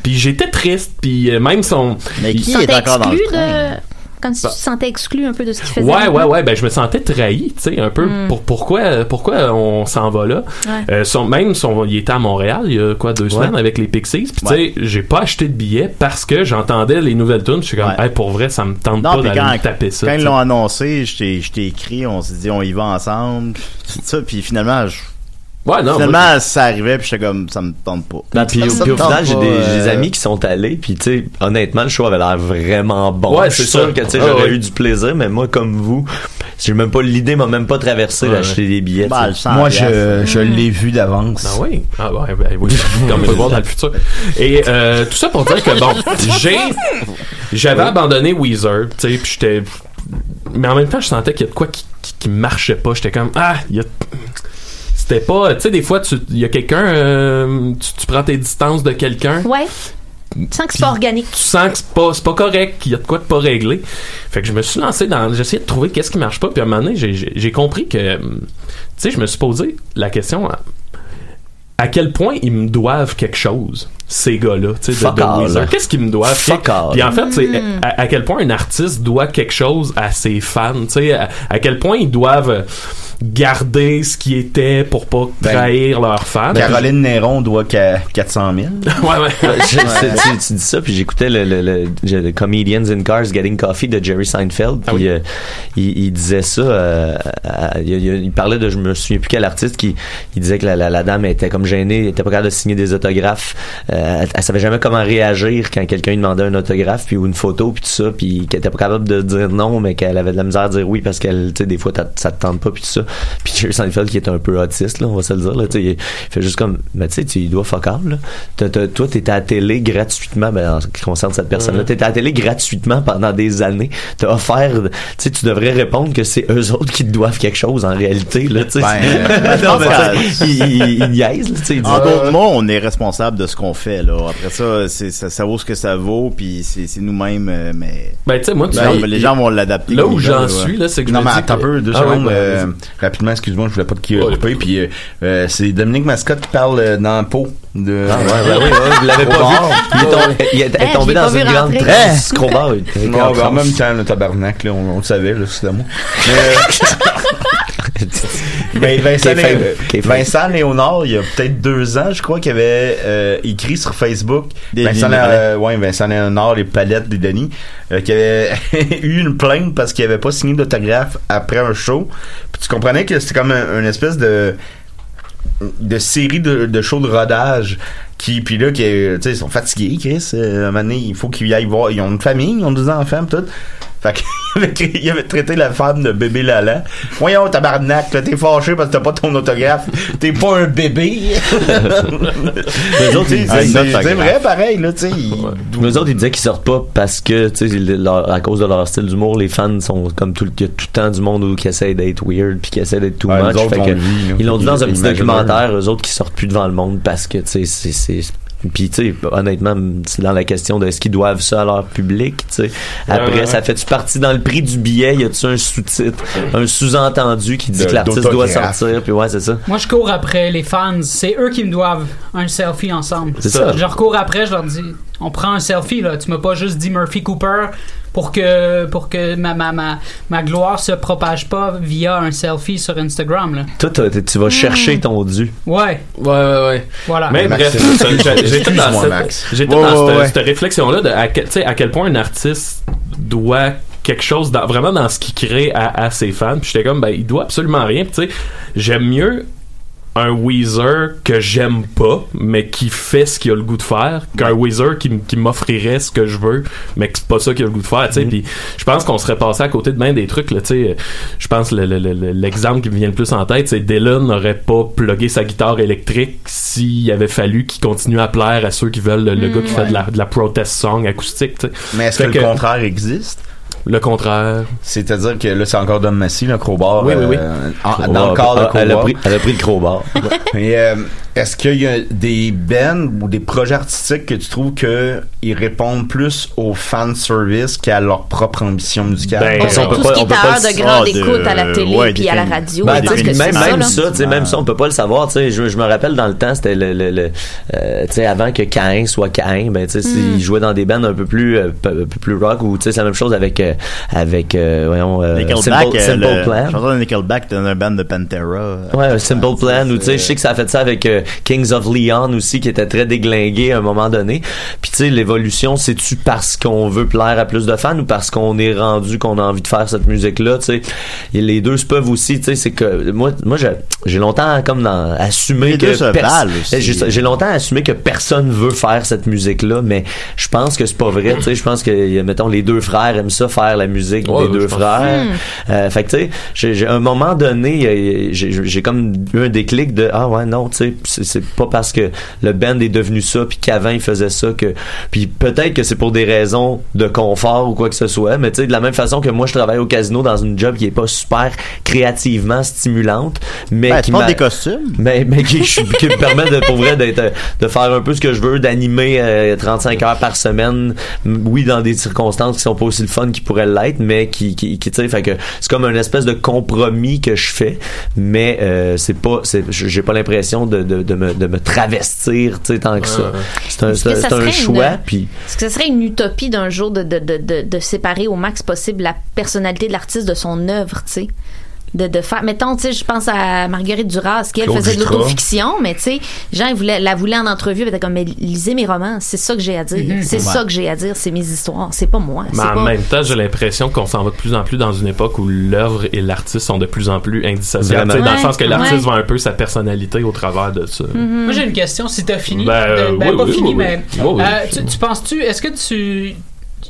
Speaker 6: puis j'étais triste, puis euh, même son,
Speaker 4: Mais
Speaker 6: il-
Speaker 4: qui
Speaker 5: Tu te
Speaker 4: est
Speaker 5: sentais
Speaker 4: encore dans le
Speaker 5: exclu
Speaker 4: train?
Speaker 5: de. Comme si tu te sentais exclu un peu de ce qu'il faisait.
Speaker 6: Ouais, ouais, ouais. Ben, je me sentais trahi, tu sais, un peu. Pour, pourquoi, pourquoi on s'en va là?
Speaker 5: Ouais.
Speaker 6: Euh, son, même, son, il était à Montréal il y a quoi, deux semaines avec les Pixies. Puis,
Speaker 4: Ouais.
Speaker 6: tu sais, j'ai pas acheté de billets parce que j'entendais les nouvelles tunes. Je suis comme,
Speaker 4: Ouais.
Speaker 6: Hey, pour vrai, ça me
Speaker 4: Non,
Speaker 6: tente pas
Speaker 4: puis
Speaker 6: d'aller
Speaker 4: quand,
Speaker 6: me taper ça.
Speaker 4: quand
Speaker 6: tu
Speaker 4: ils
Speaker 6: sais.
Speaker 4: l'ont annoncé, je t'ai je t'ai écrit, on s'est dit on y va ensemble, tout ça, puis finalement, je-
Speaker 6: Ouais, non. moi,
Speaker 4: finalement ça arrivait, puis j'étais comme ça me tente pas.
Speaker 7: Ben, puis,
Speaker 4: Ça me
Speaker 7: puis au
Speaker 4: tente
Speaker 7: final, j'ai
Speaker 4: pas,
Speaker 7: des, j'ai des
Speaker 4: euh,
Speaker 7: amis qui sont allés, puis tu sais, honnêtement, le show avait l'air vraiment bon.
Speaker 6: Ouais,
Speaker 7: je suis
Speaker 6: c'est ça.
Speaker 7: sûr que tu sais,
Speaker 6: Ah,
Speaker 7: j'aurais
Speaker 6: ouais.
Speaker 7: eu du plaisir, mais moi, comme vous, j'ai même pas l'idée, m'a même pas traversé
Speaker 6: Ouais,
Speaker 7: d'acheter des billets. tu sais.
Speaker 4: bah, le sang
Speaker 8: Moi,
Speaker 4: en glace.
Speaker 8: je, je l'ai vu d'avance.
Speaker 6: Ah oui, ah ouais, ben oui, comme on peut le voir dans le futur. Et euh, tout ça pour dire que bon, j'ai, j'avais abandonné Weezer, tu sais, puis j'étais, mais en même temps, je sentais qu'il y a de quoi qui, qui, qui marchait pas. J'étais comme ah, il y a, c'était pas, tu sais, des fois, tu, il y a quelqu'un, euh, tu, tu prends tes distances de quelqu'un,
Speaker 5: Ouais. Tu sens que c'est pas organique.
Speaker 6: tu sens que c'est pas, c'est pas correct, qu'il y a de quoi de pas réglé. Fait que je me suis lancé dans. J'essayais de trouver qu'est-ce qui marche pas, puis à un moment donné, j'ai- j'ai j'ai compris que. hum, Tu sais, je me suis posé la question à, à quel point ils me doivent quelque chose. ces gars-là, tu sais, de,
Speaker 7: Fuck
Speaker 6: de
Speaker 7: all.
Speaker 6: Weezer. Qu'est-ce qu'ils me doivent?
Speaker 7: Fuck
Speaker 6: Puis-
Speaker 7: all.
Speaker 6: Puis en fait, c'est
Speaker 7: Mm.
Speaker 6: à, à quel point un artiste doit quelque chose à ses fans, tu sais, à, à quel point ils doivent euh, garder ce qui était pour pas
Speaker 8: Ben,
Speaker 6: trahir leurs fans.
Speaker 8: Caroline Néron doit qu'à 400 000.
Speaker 6: [LAUGHS] ouais, ouais.
Speaker 7: [LAUGHS] Je- tu, tu dis ça, puis j'écoutais le, le, le- le Comedians in Cars Getting Coffee de Jerry Seinfeld, puis euh, il, il disait ça, euh, à- à- il, il- il parlait de, je me souviens plus quel artiste, qui il disait que la, la- la dame était comme gênée, elle était pas capable de signer des autographes, euh, elle, elle savait jamais comment réagir quand quelqu'un lui demandait un autographe, puis ou une photo, puis tout ça, puis qu'elle était pas capable de dire non, mais qu'elle avait de la misère à dire oui, parce qu'elle, tu sais, des fois, t'as- ça te tente pas, puis tout ça. Puis [LAUGHS] Jerry Seinfeld, qui est un peu autiste, là, on va se le dire, là, tu sais, il fait juste comme, mais tu sais, tu lui dois fuck all, là. T'as- t'as- toi, t'es à la télé gratuitement, ben, en ce qui concerne cette personne-là,
Speaker 6: Mhm.
Speaker 7: t'es à la télé gratuitement pendant des années. T'as offert, tu sais, tu devrais répondre que c'est eux autres qui te doivent quelque chose, en réalité, là, tu sais.
Speaker 4: Ben,
Speaker 7: [LAUGHS] Non, mais
Speaker 4: ben,
Speaker 7: tu sais, il- il- il niaise, là, tu sais, euh, il dit-
Speaker 4: En
Speaker 7: [LAUGHS]
Speaker 4: d'autres mots, on est responsable de ce qu'on fait. Là. Après ça, c'est- ça, ça vaut ce que ça vaut, puis c'est c'est nous-mêmes. euh, Mais
Speaker 6: Ben, tu sais, moi, tu
Speaker 4: Ben,
Speaker 6: vois,
Speaker 4: les
Speaker 6: il-
Speaker 4: gens vont l'adapter.
Speaker 6: là
Speaker 4: comme
Speaker 6: où
Speaker 4: ils
Speaker 6: j'en
Speaker 4: veulent,
Speaker 6: suis, là, c'est que je
Speaker 8: non,
Speaker 6: me
Speaker 8: mais
Speaker 6: dis
Speaker 8: attends un
Speaker 6: que-
Speaker 8: peu, deux
Speaker 6: Ah ouais,
Speaker 8: secondes.
Speaker 6: ouais,
Speaker 8: euh,
Speaker 6: vas-y.
Speaker 8: rapidement, excuse-moi, je voulais pas te qui- couper. Puis euh, euh, c'est Dominique Mascotte qui parle euh, dans le pot. De...
Speaker 7: Ah, ouais, ouais, ouais, ouais, vous l'avez
Speaker 8: Au
Speaker 7: pas vu.
Speaker 8: bar.
Speaker 7: Il est tombé- il est- est Hey, tombé Ben, je l'ai dans pas une vu grande rentrer. transe,
Speaker 8: Hein?
Speaker 7: crowbar, il était
Speaker 8: Non,
Speaker 7: en
Speaker 8: ben, en
Speaker 7: transe.
Speaker 8: même temps, le tabarnak, là, on, on le savait, là, c'est à moi.
Speaker 6: [LAUGHS]
Speaker 8: [LAUGHS] Mais Vincent,
Speaker 7: T'es faible.
Speaker 8: Lé-
Speaker 7: T'es faible.
Speaker 8: Vincent Léonard, il y a peut-être deux ans, je crois qu'il avait euh, écrit sur Facebook
Speaker 4: Des
Speaker 8: Vincent,
Speaker 4: lignes de
Speaker 8: Lé-
Speaker 4: palette.
Speaker 8: euh, ouais, Vincent Léonard, les palettes des Denis, euh, qui avait [LAUGHS] eu une plainte parce qu'il avait pas signé d'autographe après un show. Puis tu comprenais que c'était comme un- une espèce de de série de, de shows de rodage qui puis là qui euh, tu sais ils sont fatigués Chris euh, à un moment donné, il faut qu'ils aillent voir ils ont une famille ils ont deux enfants pis tout fait qu'il avait, créé- [LAUGHS] il avait traité la femme de bébé Lala. Voyons, tabarnak, là, t'es fâché parce que t'as pas ton autographe. T'es pas un bébé.
Speaker 7: [LAUGHS] Les autres, ils
Speaker 8: C'est-
Speaker 7: disaient-
Speaker 8: [LAUGHS] c'est c'est vrai, pareil, là, tu sais. ils-
Speaker 7: Nous autres, ils disaient qu'ils sortent pas parce que, tu sais, le- leur- à cause de leur style d'humour, les fans sont comme tout, il y a tout le temps du monde où qui essaie d'être weird puis qui essaie d'être too
Speaker 8: Ouais,
Speaker 7: much.
Speaker 8: nous autres,
Speaker 7: Fait
Speaker 8: on
Speaker 7: que
Speaker 8: le vit, nous.
Speaker 7: ils l'ont dit dans un petit
Speaker 8: Imagine-le.
Speaker 7: documentaire, eux autres qui sortent plus devant le monde parce que, tu sais, c'est, c'est, puis tu sais honnêtement c'est dans la question de est-ce qu'ils doivent ça à leur public tu sais après
Speaker 6: ouais, ouais.
Speaker 7: ça fait tu partie dans le prix du billet y a-tu un sous-titre un sous-entendu qui dit
Speaker 8: De-
Speaker 7: que l'artiste doit
Speaker 8: d'autographe.
Speaker 7: sortir puis ouais c'est ça
Speaker 9: Moi, je cours après les fans. C'est eux qui me doivent un selfie ensemble.
Speaker 7: C'est ça.
Speaker 9: Je recours après, je leur dis on prend un selfie, là. Tu m'as pas juste dit Murphy Cooper pour que, pour que ma, ma, ma, ma gloire se propage pas via un selfie sur Instagram, là.
Speaker 7: toi t'as- t'as- tu vas chercher ton dû
Speaker 9: Ouais.
Speaker 6: Ouais, ouais, ouais.
Speaker 9: Voilà.
Speaker 6: Mais bref, ça, j'ai- j'étais dans
Speaker 8: Excuse-moi,
Speaker 6: cette,
Speaker 8: Max.
Speaker 6: j'étais
Speaker 8: Ouais,
Speaker 6: dans
Speaker 8: ouais,
Speaker 6: cette,
Speaker 8: ouais.
Speaker 6: cette réflexion-là de à, quel- tu sais, à quel point un artiste doit quelque chose dans- vraiment dans ce qu'il crée à, à ses fans. Puis j'étais comme, ben, il doit absolument rien. Puis tu sais, j'aime mieux un Weezer que j'aime pas, mais qui fait ce qu'il a le goût de faire, qu'un Weezer qui, m- qui m'offrirait ce que je veux, mais que c'est pas ça qu'il a le goût de faire, tu sais.
Speaker 8: Mm-hmm.
Speaker 6: Puis je pense qu'on serait passé à côté de bien des trucs, là, tu sais. Je pense le- le- le- le- l'exemple qui me vient le plus en tête, c'est Dylan n'aurait pas plugué sa guitare électrique s'il avait fallu qu'il continue à plaire à ceux qui veulent le, le gars qui fait de la, de la protest song acoustique, tu sais.
Speaker 8: Mais est-ce
Speaker 6: Fait
Speaker 8: que, le contraire existe?
Speaker 6: Le contraire.
Speaker 8: C'est-à-dire que là, c'est encore Dom Massy, le crowbar.
Speaker 6: Oui, oui, oui.
Speaker 8: euh, en-
Speaker 7: Crowbar.
Speaker 8: dans le corps de
Speaker 7: Ah,
Speaker 8: crowbar.
Speaker 7: elle a pris- elle a pris
Speaker 6: [LAUGHS]
Speaker 7: le crowbar
Speaker 8: Et, euh, est-ce qu'il y a des bands ou des projets artistiques que tu trouves que ils répondent plus au fan service qu'à leur propre ambition musicale?
Speaker 6: Ben,
Speaker 5: On tout ce qui est à heure de
Speaker 7: Ah,
Speaker 5: grande écoute à la télé
Speaker 8: et
Speaker 5: puis à la radio.
Speaker 7: Ben,
Speaker 5: je
Speaker 7: tu
Speaker 5: pense
Speaker 7: sais,
Speaker 5: que
Speaker 7: puis
Speaker 5: c'est
Speaker 7: même, même
Speaker 5: là.
Speaker 7: ça, tu sais, même ça, on peut pas le savoir. tu sais, Je, je me rappelle dans le temps, c'était le, le, le, euh, tu sais, avant que Cain soit Cain, ben, tu sais,
Speaker 5: Hmm.
Speaker 7: il jouait dans des bands un peu plus, euh, p- un peu plus rock ou tu sais, c'est la même chose avec, euh, avec, euh, voyons, euh,
Speaker 4: Nickelback,
Speaker 7: Simple,
Speaker 4: euh,
Speaker 7: Simple
Speaker 4: le
Speaker 7: Plan.
Speaker 4: chanteur de Nickelback, dans un band de Pantera.
Speaker 7: Ouais, un Simple Plan, ou tu sais, je sais que ça a fait ça avec euh, Kings of Leon aussi, qui était très déglingué à un moment donné. Puis tu sais, l'évolution, c'est-tu parce qu'on veut plaire à plus de fans ou parce qu'on est rendu qu'on a envie de faire cette musique-là, tu sais. Et Les deux se peuvent aussi, tu sais, c'est que moi, moi je- j'ai longtemps comme dans,
Speaker 4: Les
Speaker 7: assumé que...
Speaker 4: deux se
Speaker 7: pers- Eh,
Speaker 4: valent aussi.
Speaker 7: J'ai- J'ai longtemps assumé que personne veut faire cette musique-là, mais je pense que c'est pas vrai, tu sais. Je pense que, mettons, les deux frères aiment ça, faire la musique
Speaker 6: Ouais,
Speaker 7: des deux
Speaker 6: je pense.
Speaker 7: frères. Euh, fait que, tu sais, j'ai- j'ai- à un moment donné, euh, j'ai j'ai comme eu un déclic de Ah ouais, non, tu sais, c'est- c'est pas parce que le band est devenu ça, puis qu'avant il faisait ça, que. Puis Puis peut-être que c'est pour des raisons de confort ou quoi que ce soit, mais tu sais, de la même façon que moi, je travaille au casino dans une job qui est pas super créativement stimulante, mais
Speaker 4: Ben,
Speaker 7: qui
Speaker 4: tu portes
Speaker 7: m'a-
Speaker 4: des costumes.
Speaker 7: mais, mais qui, je- qui me permet de, pour vrai d'être euh, de faire un peu ce que je veux, d'animer euh, 35 heures par semaine, M- oui dans des circonstances qui sont pas aussi le fun qui pourraient l'être, mais qui, qui, qui tu sais, fait que c'est comme une espèce de compromis que je fais, mais euh, c'est pas, c'est, j- j'ai pas l'impression de, de, de, me, de me travestir, tu sais, tant que ça. C'est un,
Speaker 5: Est-ce que
Speaker 7: c'est,
Speaker 5: ça
Speaker 7: c'est un
Speaker 5: serait
Speaker 7: choix,
Speaker 5: une-
Speaker 7: puis
Speaker 5: Est-ce que ce serait une utopie d'un jour de, de, de, de, de séparer au max possible la personnalité de l'artiste de son œuvre, tu sais? De, de faire mettons tu sais je pense à Marguerite Duras qui elle
Speaker 11: Claude
Speaker 5: faisait de
Speaker 11: Jutras.
Speaker 5: l'autofiction mais tu sais gens ils voulaient la voulaient en entrevue elle était comme mais lisez mes romans c'est ça que j'ai à dire
Speaker 6: Mhm.
Speaker 5: c'est
Speaker 6: Ouais.
Speaker 5: ça que j'ai à dire c'est mes histoires c'est pas moi
Speaker 6: Mais
Speaker 5: c'est
Speaker 6: en
Speaker 5: pas-
Speaker 6: même temps, j'ai l'impression qu'on s'en va de plus en plus dans une époque où l'œuvre et l'artiste sont de plus en plus indissociables.
Speaker 7: Vraiment.
Speaker 6: tu sais, Dans le
Speaker 7: Ouais,
Speaker 6: sens que l'artiste
Speaker 9: ouais.
Speaker 6: vend un peu sa personnalité au travers de ça.
Speaker 9: Moi, j'ai une question, si t'as fini.
Speaker 6: Ben, euh,
Speaker 9: ben,
Speaker 6: oui,
Speaker 9: pas
Speaker 6: oui,
Speaker 9: fini,
Speaker 6: oui,
Speaker 9: mais.
Speaker 6: oui. Oui, oui.
Speaker 9: euh, tu tu penses-tu, est-ce que tu.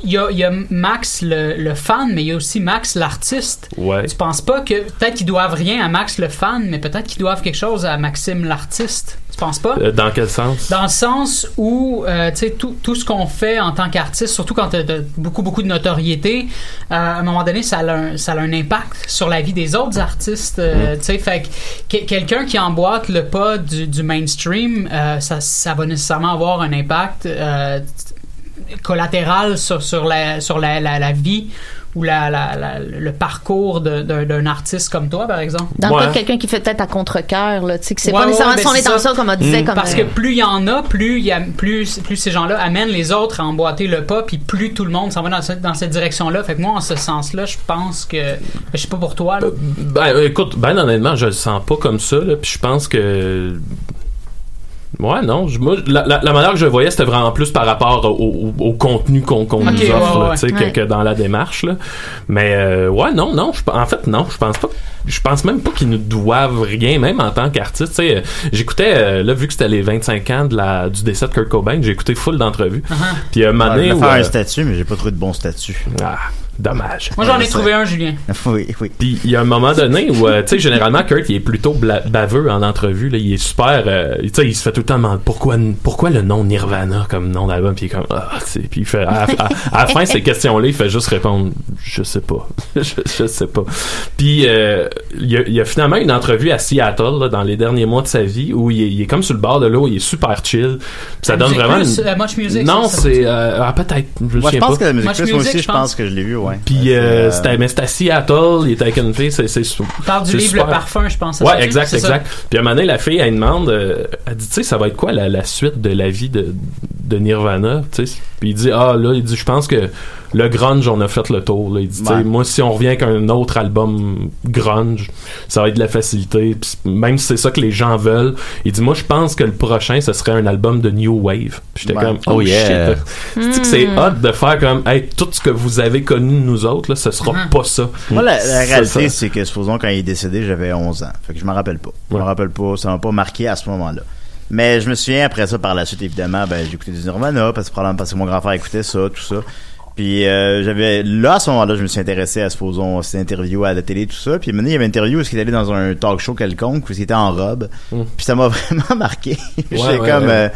Speaker 9: Il y a, il y a Max le, le fan, mais il y a aussi Max l'artiste.
Speaker 6: Ouais.
Speaker 9: Tu penses pas que. Peut-être qu'ils doivent rien à Max le fan, mais peut-être qu'ils doivent quelque chose à Maxime l'artiste. Tu penses pas?
Speaker 6: Euh, Dans quel sens?
Speaker 9: Dans le sens où, euh, tu sais, tout, tout ce qu'on fait en tant qu'artiste, surtout quand t'as t'as beaucoup, beaucoup de notoriété, euh, à un moment donné, ça a un, ça a un impact sur la vie des autres artistes. euh, Tu sais, fait que que- quelqu'un qui emboîte le pas du, du mainstream, euh, ça, ça va nécessairement avoir un impact euh, collatéral sur, sur, la, sur la, la, la vie ou la, la- la- le parcours de- d'un d'un artiste comme toi, par exemple.
Speaker 5: dans le cas de quelqu'un qui fait peut-être à contre-cœur là tu sais que c'est
Speaker 9: Ouais,
Speaker 5: pas nécessairement
Speaker 9: ouais, ben
Speaker 5: son
Speaker 9: c'est
Speaker 5: intention comme on disait
Speaker 9: Mm.
Speaker 5: comme euh,
Speaker 9: parce que plus il y en a, plus il y a plus plus ces gens-là amènent les autres à emboîter le pas, puis plus tout le monde s'en va dans cette, dans cette direction-là. Fait que moi, en ce sens-là, je pense que ben, je sais pas pour toi. là.
Speaker 6: Ben, euh, écoute, ben honnêtement, je le sens pas comme ça, là, puis je pense que... Ouais, non. je- moi, la, la- la manière que je le voyais, c'était vraiment plus par rapport au, au- au contenu qu'on qu'on
Speaker 9: Ok,
Speaker 6: nous offre,
Speaker 9: ouais,
Speaker 6: là,
Speaker 9: ouais,
Speaker 6: tu sais, que-
Speaker 9: ouais.
Speaker 6: que, dans la démarche. là. Mais euh, ouais, non, non. je- en fait, non, je pense pas. Je pense même pas qu'ils nous doivent rien, même en tant qu'artiste. tu sais, euh, J'écoutais, euh, là, vu que c'était les 25 ans de la, du décès de Kurt Cobain, j'ai écouté full d'entrevues.
Speaker 9: Uh-huh.
Speaker 6: Puis euh, un moment
Speaker 4: Ouais,
Speaker 6: donné
Speaker 4: je voulais
Speaker 6: où,
Speaker 4: faire
Speaker 6: euh,
Speaker 4: un statut, mais j'ai pas trouvé de bon statut.
Speaker 6: Ah, dommage.
Speaker 9: Moi, j'en ai trouvé un, Julien.
Speaker 4: [LAUGHS] Oui, oui.
Speaker 6: Puis il y a un moment donné où, euh, tu sais, généralement, Kurt, il est plutôt bla- baveux en entrevue. Là, il est super. euh, tu sais, il se fait tout le temps demander pourquoi, pourquoi le nom Nirvana comme nom d'album. Puis il est comme. Ah, tu sais, Puis il fait. À, à- à la
Speaker 9: [LAUGHS]
Speaker 6: fin, ces questions-là, il fait juste répondre Je sais pas. [LAUGHS] je, je sais pas. Puis euh, il y, a- il y a finalement une entrevue à Seattle, là, dans les derniers mois de sa vie, où il est, il est comme sur le bord de l'eau, il est super chill. Puis ça
Speaker 9: La
Speaker 6: donne
Speaker 9: musique
Speaker 6: vraiment.
Speaker 9: plus,
Speaker 6: une-
Speaker 9: euh, Much Music,
Speaker 6: Non,
Speaker 9: ça, ça-
Speaker 6: c'est. euh, ah, peut-être. Je me
Speaker 4: Ouais, je
Speaker 6: souviens
Speaker 4: pense
Speaker 6: pas.
Speaker 4: que la musique Much plus, moi Music, aussi, je je pense pense. que je l'ai vu, ouais.
Speaker 6: Puis euh, c'était- mais c'était à Seattle, il était avec une fille, c'est c'est sou-
Speaker 9: Parle du
Speaker 6: c'est
Speaker 9: livre
Speaker 6: super-
Speaker 9: Le Parfum, je pense. ça
Speaker 6: Ouais,
Speaker 9: s'appelle,
Speaker 6: exact,
Speaker 9: c'est ça?
Speaker 6: exact. Puis à un moment donné, la fille, elle demande, euh, elle dit, tu sais, ça va être quoi la, la suite de la vie de, de Nirvana, tu sais. Puis il dit, ah là, il dit, je pense que le grunge, on a fait le tour. là. Il dit, tu sais,
Speaker 1: Ouais.
Speaker 6: moi, si on revient avec un autre album grunge, ça va être de la facilité. Puis même si c'est ça que les gens veulent, il dit, moi, je pense que le prochain, ce serait un album de New Wave. Puis j'étais
Speaker 1: Ouais.
Speaker 6: comme,
Speaker 1: Oh,
Speaker 6: oh,
Speaker 1: yeah.
Speaker 6: yeah.
Speaker 9: Hmm.
Speaker 6: C'est que c'est
Speaker 4: Mm.
Speaker 6: hot de faire comme, hey, tout ce que vous avez connu de nous autres, là, ce sera
Speaker 9: Hmm.
Speaker 4: Mhm.
Speaker 6: pas ça.
Speaker 4: Moi, la, la
Speaker 6: Ça,
Speaker 4: réalité,
Speaker 6: ça-
Speaker 4: c'est que, supposons, quand il est décédé, j'avais 11 ans. Fait que je me rappelle pas. Je me rappelle pas. Ça m'a pas marqué à ce moment-là. Mais je me souviens, après ça, par la suite, évidemment, ben, j'écoutais du Nirvana, parce que, probablement parce que mon grand frère écoutait ça, tout ça. Puis euh, j'avais là à ce moment-là, je me suis intéressé à supposons ces interviews à la télé tout ça. Puis maintenant il y avait une interview où il est allé dans un talk show quelconque où il était en robe. Puis ça m'a [LAUGHS] vraiment marqué. J'étais
Speaker 8: Mm. ouais,
Speaker 4: comme
Speaker 8: ouais.
Speaker 4: euh,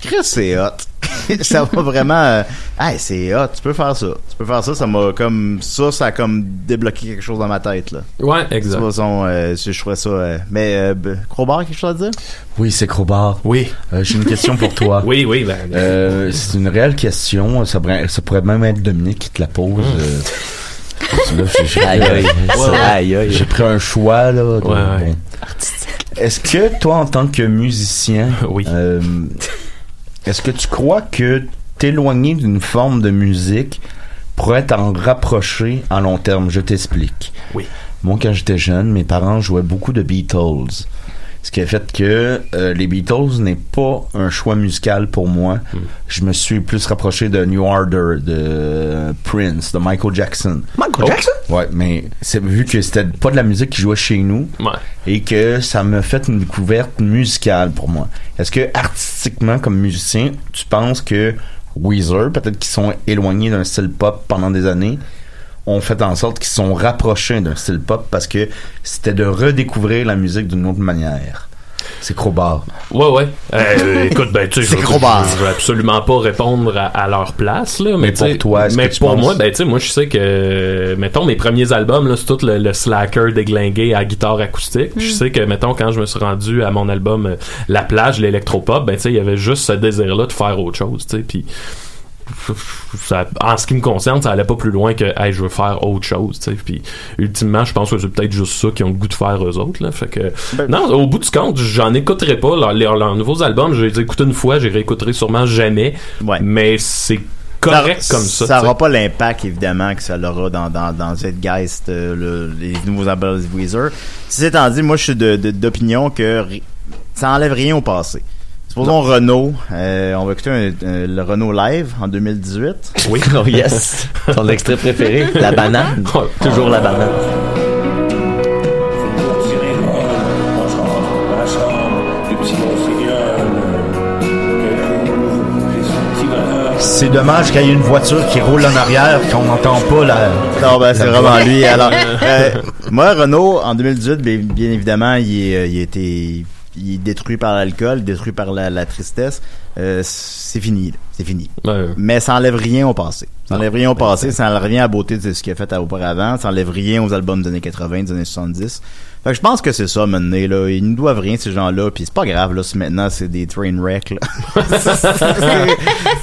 Speaker 4: Chris, c'est hot. [LAUGHS] ça m'a vraiment. euh, hey, c'est hot. Tu peux faire ça. Tu peux faire ça. Ça m'a comme ça, ça a comme débloqué quelque chose dans ma tête là.
Speaker 6: Ouais,
Speaker 4: De
Speaker 6: exact.
Speaker 4: toute façon, euh, si je trouvais ça. euh, mais euh, b- Crowbar, quelque chose à dire
Speaker 8: Oui, c'est Crowbar. Euh,
Speaker 6: Oui.
Speaker 8: J'ai une question pour toi.
Speaker 6: [LAUGHS] oui, oui. ben,
Speaker 8: Euh, c'est une réelle question. Ça, pourrait- ça pourrait même être Dominique qui te la pose.
Speaker 6: Hmm.
Speaker 8: euh. Là, j'ai- j'ai-
Speaker 7: Aïe, aïe. Aïe, aïe.
Speaker 8: J'ai pris un choix, là. de-
Speaker 7: ouais.
Speaker 8: Est-ce que toi, en tant que
Speaker 6: [LAUGHS]
Speaker 8: musicien, euh, est-ce que tu crois que t'éloigner d'une forme de musique pourrait t'en rapprocher à long terme? Je t'explique.
Speaker 6: Oui.
Speaker 8: Moi, quand j'étais jeune, mes parents jouaient beaucoup de Beatles. Ce qui a fait que euh, les Beatles n'est pas un choix musical pour moi. Je me suis plus rapproché de New Order, de Prince, de Michael Jackson.
Speaker 7: Michael Jackson?
Speaker 8: Ouais, mais c'est vu que c'était pas de la musique qui jouait chez nous et que ça m'a fait une découverte musicale pour moi. Est-ce que artistiquement, comme musicien, tu penses que Weezer, peut-être qu'ils sont éloignés d'un style pop pendant des années, ont fait en sorte qu'ils sont rapprochés d'un style pop parce que c'était de redécouvrir la musique d'une autre manière? C'est Crowbar.
Speaker 6: Ouais, ouais. Euh, [LAUGHS] écoute, ben, tu sais,
Speaker 8: C'est
Speaker 6: je-
Speaker 8: gros bar.
Speaker 6: je vais absolument pas répondre à, à leur place, là. Mais,
Speaker 8: Mais pour
Speaker 6: tu sais,
Speaker 8: toi, est-ce
Speaker 6: Mais
Speaker 8: que tu
Speaker 6: pour
Speaker 8: penses-
Speaker 6: moi, ben, tu sais, moi, je sais que, mettons, mes premiers albums, là, c'est tout le, le slacker déglingué à guitare acoustique. Puis Je
Speaker 11: Mm.
Speaker 6: sais que, mettons, quand je me suis rendu à mon album euh, La plage, l'électropop, ben, tu sais, il y avait juste ce désir-là de faire autre chose, tu sais. Puis. ça- en ce qui me concerne, ça allait pas plus loin que hey, je veux faire autre chose. tu sais. Puis ultimement, je pense que c'est peut-être juste ça qu'ils ont le goût de faire eux autres. Là. Fait que,
Speaker 4: Ben,
Speaker 6: non, au bout du compte, j'en écouterai pas. Leurs, leurs- leurs nouveaux albums, je les ai écoutés une fois, je les réécouterai sûrement jamais. Mais c'est correct comme ça.
Speaker 4: Ça
Speaker 6: tu sais.
Speaker 4: n'aura pas l'impact, évidemment, que ça l'aura dans, dans, dans Zeitgeist, euh, le- les nouveaux albums de Weezer. Si étant dit, moi, je suis de- de- d'opinion que ri- ça enlève rien au passé. Supposons Renault. euh, on va écouter un- un- le Renault Live en 2018. [LAUGHS]
Speaker 7: Oui. Oh
Speaker 6: [LAUGHS]
Speaker 7: yes. Ton extrait préféré, la banane. Toujours la banane.
Speaker 8: C'est dommage qu'il y ait une voiture qui roule en arrière qu'on n'entend pas la.
Speaker 4: Non, ben, c'est vraiment
Speaker 8: [LAUGHS]
Speaker 4: lui. Alors, euh, moi, Renault, en 2018, bien, bien évidemment, il, est, euh, il a été il est détruit par l'alcool, détruit par la, la tristesse. Euh, c'est fini, là. c'est fini. Mais ça enlève rien au passé. Ça enlève rien au passé, ça enlève rien à la beauté de ce qu'il a fait auparavant, ça enlève rien aux albums des années 80, des années 70. Fait que je pense que c'est ça, maintenant, là. Ils nous doivent rien, ces gens-là, puis c'est pas grave, là, si maintenant c'est des train wrecks, là.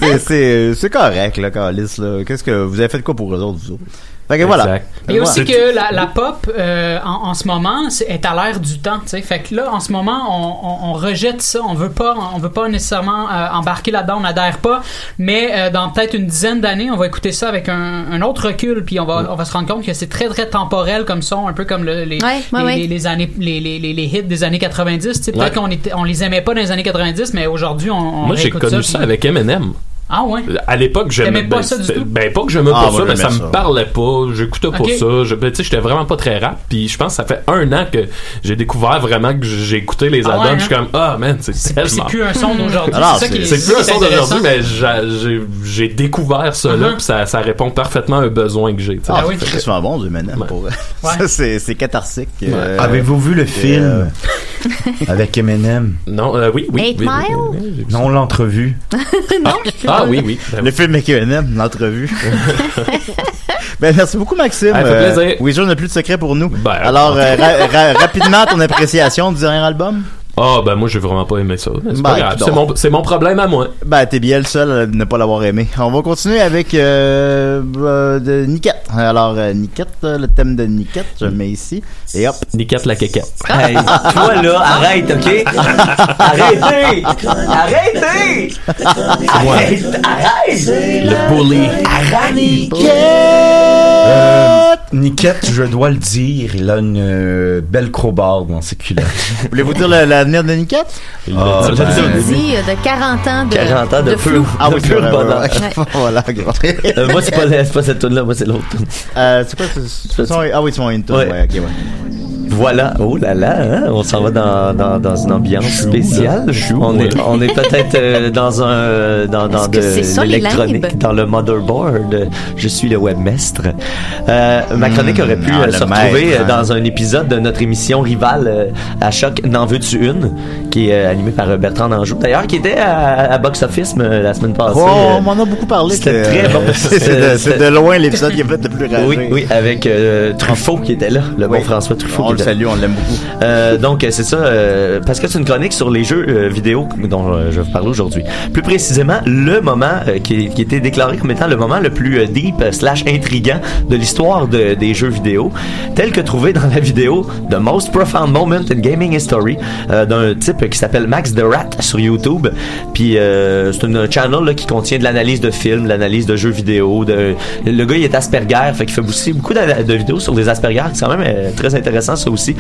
Speaker 4: c'est, c'est, c'est correct, là, Calis, là. Qu'est-ce que vous avez fait de quoi pour eux autres, vous autres? Fait que voilà.
Speaker 9: Mais aussi
Speaker 4: C'est-
Speaker 9: que la, la pop euh, en, en ce moment c'est- est à l'ère du temps. tu sais. Fait que là, en ce moment, on, on- on rejette ça. On veut pas, on veut pas nécessairement euh, embarquer là-dedans. On n'adhère pas. Mais euh, dans peut-être une dizaine d'années, on va écouter ça avec un, un autre recul, puis on va,
Speaker 6: Mm.
Speaker 9: on va se rendre compte que c'est très très temporel comme son, un peu comme le- les,
Speaker 5: Ouais, ouais,
Speaker 9: les,
Speaker 5: ouais.
Speaker 9: les- les années, les, les- les- les hits des années 90. tu sais. Peut-être
Speaker 6: Ouais.
Speaker 9: qu'on était- on les aimait pas dans les années 90, mais aujourd'hui, on, on
Speaker 6: Moi, j'ai
Speaker 9: réécoute
Speaker 6: connu ça,
Speaker 9: puis-
Speaker 6: avec Eminem.
Speaker 9: Ah ouais.
Speaker 6: À l'époque, j'aimais
Speaker 9: T'aimais pas
Speaker 6: ben,
Speaker 9: ça du
Speaker 6: c'était-
Speaker 9: tout?
Speaker 6: Ben, pas que j'aimais
Speaker 9: Ah,
Speaker 6: pas
Speaker 9: moi,
Speaker 6: ça, mais ça
Speaker 9: j'aimais
Speaker 6: me
Speaker 9: ça.
Speaker 6: parlait pas. J'écoutais pas
Speaker 9: Ok.
Speaker 6: ça. Je, ben, tu sais, j'étais vraiment pas très rap. Puis je pense que ça fait un an que j'ai découvert vraiment que j'ai écouté les
Speaker 9: Ah
Speaker 6: albums.
Speaker 9: ouais, hein?
Speaker 6: je suis comme, ah, man, c'est tellement.
Speaker 9: c'est plus un son d'aujourd'hui, Alors, c'est ça qui est-
Speaker 6: C'est plus un
Speaker 9: c'est
Speaker 6: son
Speaker 9: intéressant.
Speaker 6: d'aujourd'hui,
Speaker 9: Uh-huh.
Speaker 6: mais j'a- j'ai- j'ai découvert cela.
Speaker 4: Mhm.
Speaker 6: Puis ça, ça répond parfaitement à un besoin que j'ai. tu sais.
Speaker 4: Ah oui,
Speaker 6: Fait que-
Speaker 4: c'est souvent bon du Eminem pour Ça, c'est, c'est cathartique. euh,
Speaker 8: Avez-vous vu le
Speaker 4: et,
Speaker 8: film
Speaker 4: euh,
Speaker 8: avec Eminem
Speaker 6: Non, oui,
Speaker 5: oui, Eight oui, oui,
Speaker 8: non, l'entrevue.
Speaker 5: [LAUGHS] non?
Speaker 6: oui.
Speaker 4: Le film avec Eminem, l'entrevue. ben, merci beaucoup, Maxime.
Speaker 6: Ah, ça fait
Speaker 4: Euh,
Speaker 6: plaisir.
Speaker 4: Weezer n'a plus de secret pour nous. Alors,
Speaker 6: en
Speaker 4: euh,
Speaker 6: tout cas.
Speaker 4: ra- ra- rapidement, ton appréciation du dernier album?
Speaker 6: Ah, ben moi, j'ai vraiment pas aimé ça. Mais C'est pas
Speaker 4: Ben,
Speaker 6: grave.
Speaker 4: donc.
Speaker 6: C'est mon, c'est mon problème à moi.
Speaker 4: Ben, t'es bien le seul à ne pas l'avoir aimé. On va continuer avec euh, euh, de Niquette. Alors, euh, Niquette, euh, le thème de Niquette, je le mets ici. Et hop.
Speaker 6: Niquette la quéquette.
Speaker 7: [LAUGHS] Hey, toi là, arrête, ok? Arrêtez! Arrêtez! Arrête! Arrête!
Speaker 8: Le bully. Euh, Niquette, je dois le dire, il a une euh, belle crowbar dans ses culottes.
Speaker 4: Voulez-vous dire le- l'avenir de Niquette?
Speaker 8: Ah,
Speaker 4: Il l'a dit,
Speaker 8: ben,
Speaker 4: il l'a
Speaker 5: Dit, euh, de 40 ans de,
Speaker 7: 40 ans de,
Speaker 5: de
Speaker 7: pur,
Speaker 5: flou.
Speaker 4: Ah oui,
Speaker 7: de pur
Speaker 4: c'est vrai,
Speaker 7: bonheur.
Speaker 4: ouais, ouais. [LAUGHS] Voilà, ok.
Speaker 7: Euh, moi, c'est pas, c'est pas cette tune-là, moi, c'est l'autre.
Speaker 4: Euh, c'est quoi? c'est- c'est son- Ah oui, c'est mon intro.
Speaker 7: Ouais.
Speaker 4: Ouais, ok, ouais.
Speaker 7: Voilà, oh là là, hein, on s'en va dans, dans, dans une ambiance spéciale. on, est, on est peut-être euh, dans un euh, dans, dans
Speaker 5: Est-ce que c'est
Speaker 7: de
Speaker 5: ça, les
Speaker 7: l'électronique,
Speaker 5: limbes?
Speaker 7: dans le motherboard. Je suis le webmestre. Euh, ma chronique aurait pu
Speaker 4: ah,
Speaker 7: euh,
Speaker 4: le
Speaker 7: se retrouver
Speaker 4: maître,
Speaker 7: euh,
Speaker 4: hein.
Speaker 7: dans un épisode de notre émission rivale euh, à choc N'en veux-tu une, qui est euh, animée par euh, Bertrand Anjou, d'ailleurs, qui était à, à Box Office euh, la semaine passée.
Speaker 4: Oh,
Speaker 7: euh,
Speaker 4: on m'en a beaucoup parlé.
Speaker 7: C'était
Speaker 4: que-
Speaker 7: [LAUGHS] très bon.
Speaker 4: c'est de, c'est de loin l'épisode qui a fait le plus rager.
Speaker 7: Oui, oui, avec euh, Truffaut qui était là, le bon François Truffaut.
Speaker 4: On
Speaker 7: qui
Speaker 4: le
Speaker 7: était là.
Speaker 4: salue, on l'aime beaucoup.
Speaker 7: Euh, donc, euh, c'est ça, euh, parce que c'est une chronique sur les jeux euh, vidéo dont euh, je vais vous parler aujourd'hui. Plus précisément, le moment euh, qui, qui était déclaré comme étant le moment le plus euh, deep euh, slash intriguant de l'histoire de- des jeux vidéo, tel que trouvé dans la vidéo The Most Profound Moment in Gaming History euh, d'un type qui s'appelle Max The Rat sur YouTube. Puis, euh, c'est une- un channel là, qui contient de l'analyse de films, de l'analyse de jeux vidéo. De... Le gars, il est Asperger, fait qu'il fait aussi beaucoup de, de vidéos sur les Asperger. C'est quand même euh, très intéressant, ça aussi.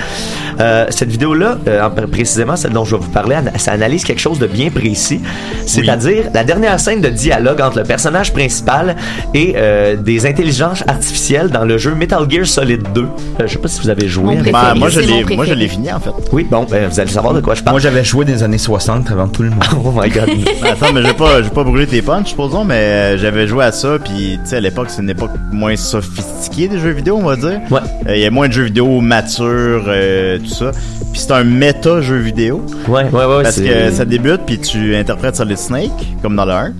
Speaker 7: Euh, cette vidéo-là, euh, en- précisément celle dont je vais vous parler, an- ça analyse quelque chose de bien précis. C'est-à-dire la dernière scène de dialogue entre le personnage principal et euh, des intelligences artificielles dans le jeu Metal Gear Solid 2. Euh, je sais pas si vous avez joué.
Speaker 4: Mon
Speaker 7: avec-
Speaker 4: Ben, préféré, Ben, moi, je c'est l'ai- mon préféré. moi, je l'ai fini, en fait.
Speaker 7: Oui, bon, ben, vous allez savoir de quoi je parle. Moi, j'avais
Speaker 8: t'avais joué des années 60 avant tout le monde.
Speaker 7: [LAUGHS] Oh my god.
Speaker 4: Attends, mais j'ai pas, j'ai pas brûlé tes punches, supposons, mais euh, j'avais joué à ça, puis tu sais, à l'époque, c'est une époque moins sophistiquée des jeux vidéo, on va dire. Euh,
Speaker 7: Ouais.
Speaker 4: Il y a moins de jeux vidéo matures, euh, tout ça. Puis c'est un méta jeu vidéo.
Speaker 7: Ouais, ouais, ouais.
Speaker 4: Parce
Speaker 7: c'est-
Speaker 4: que ça débute, puis tu interprètes Solid Snake, comme dans le 1.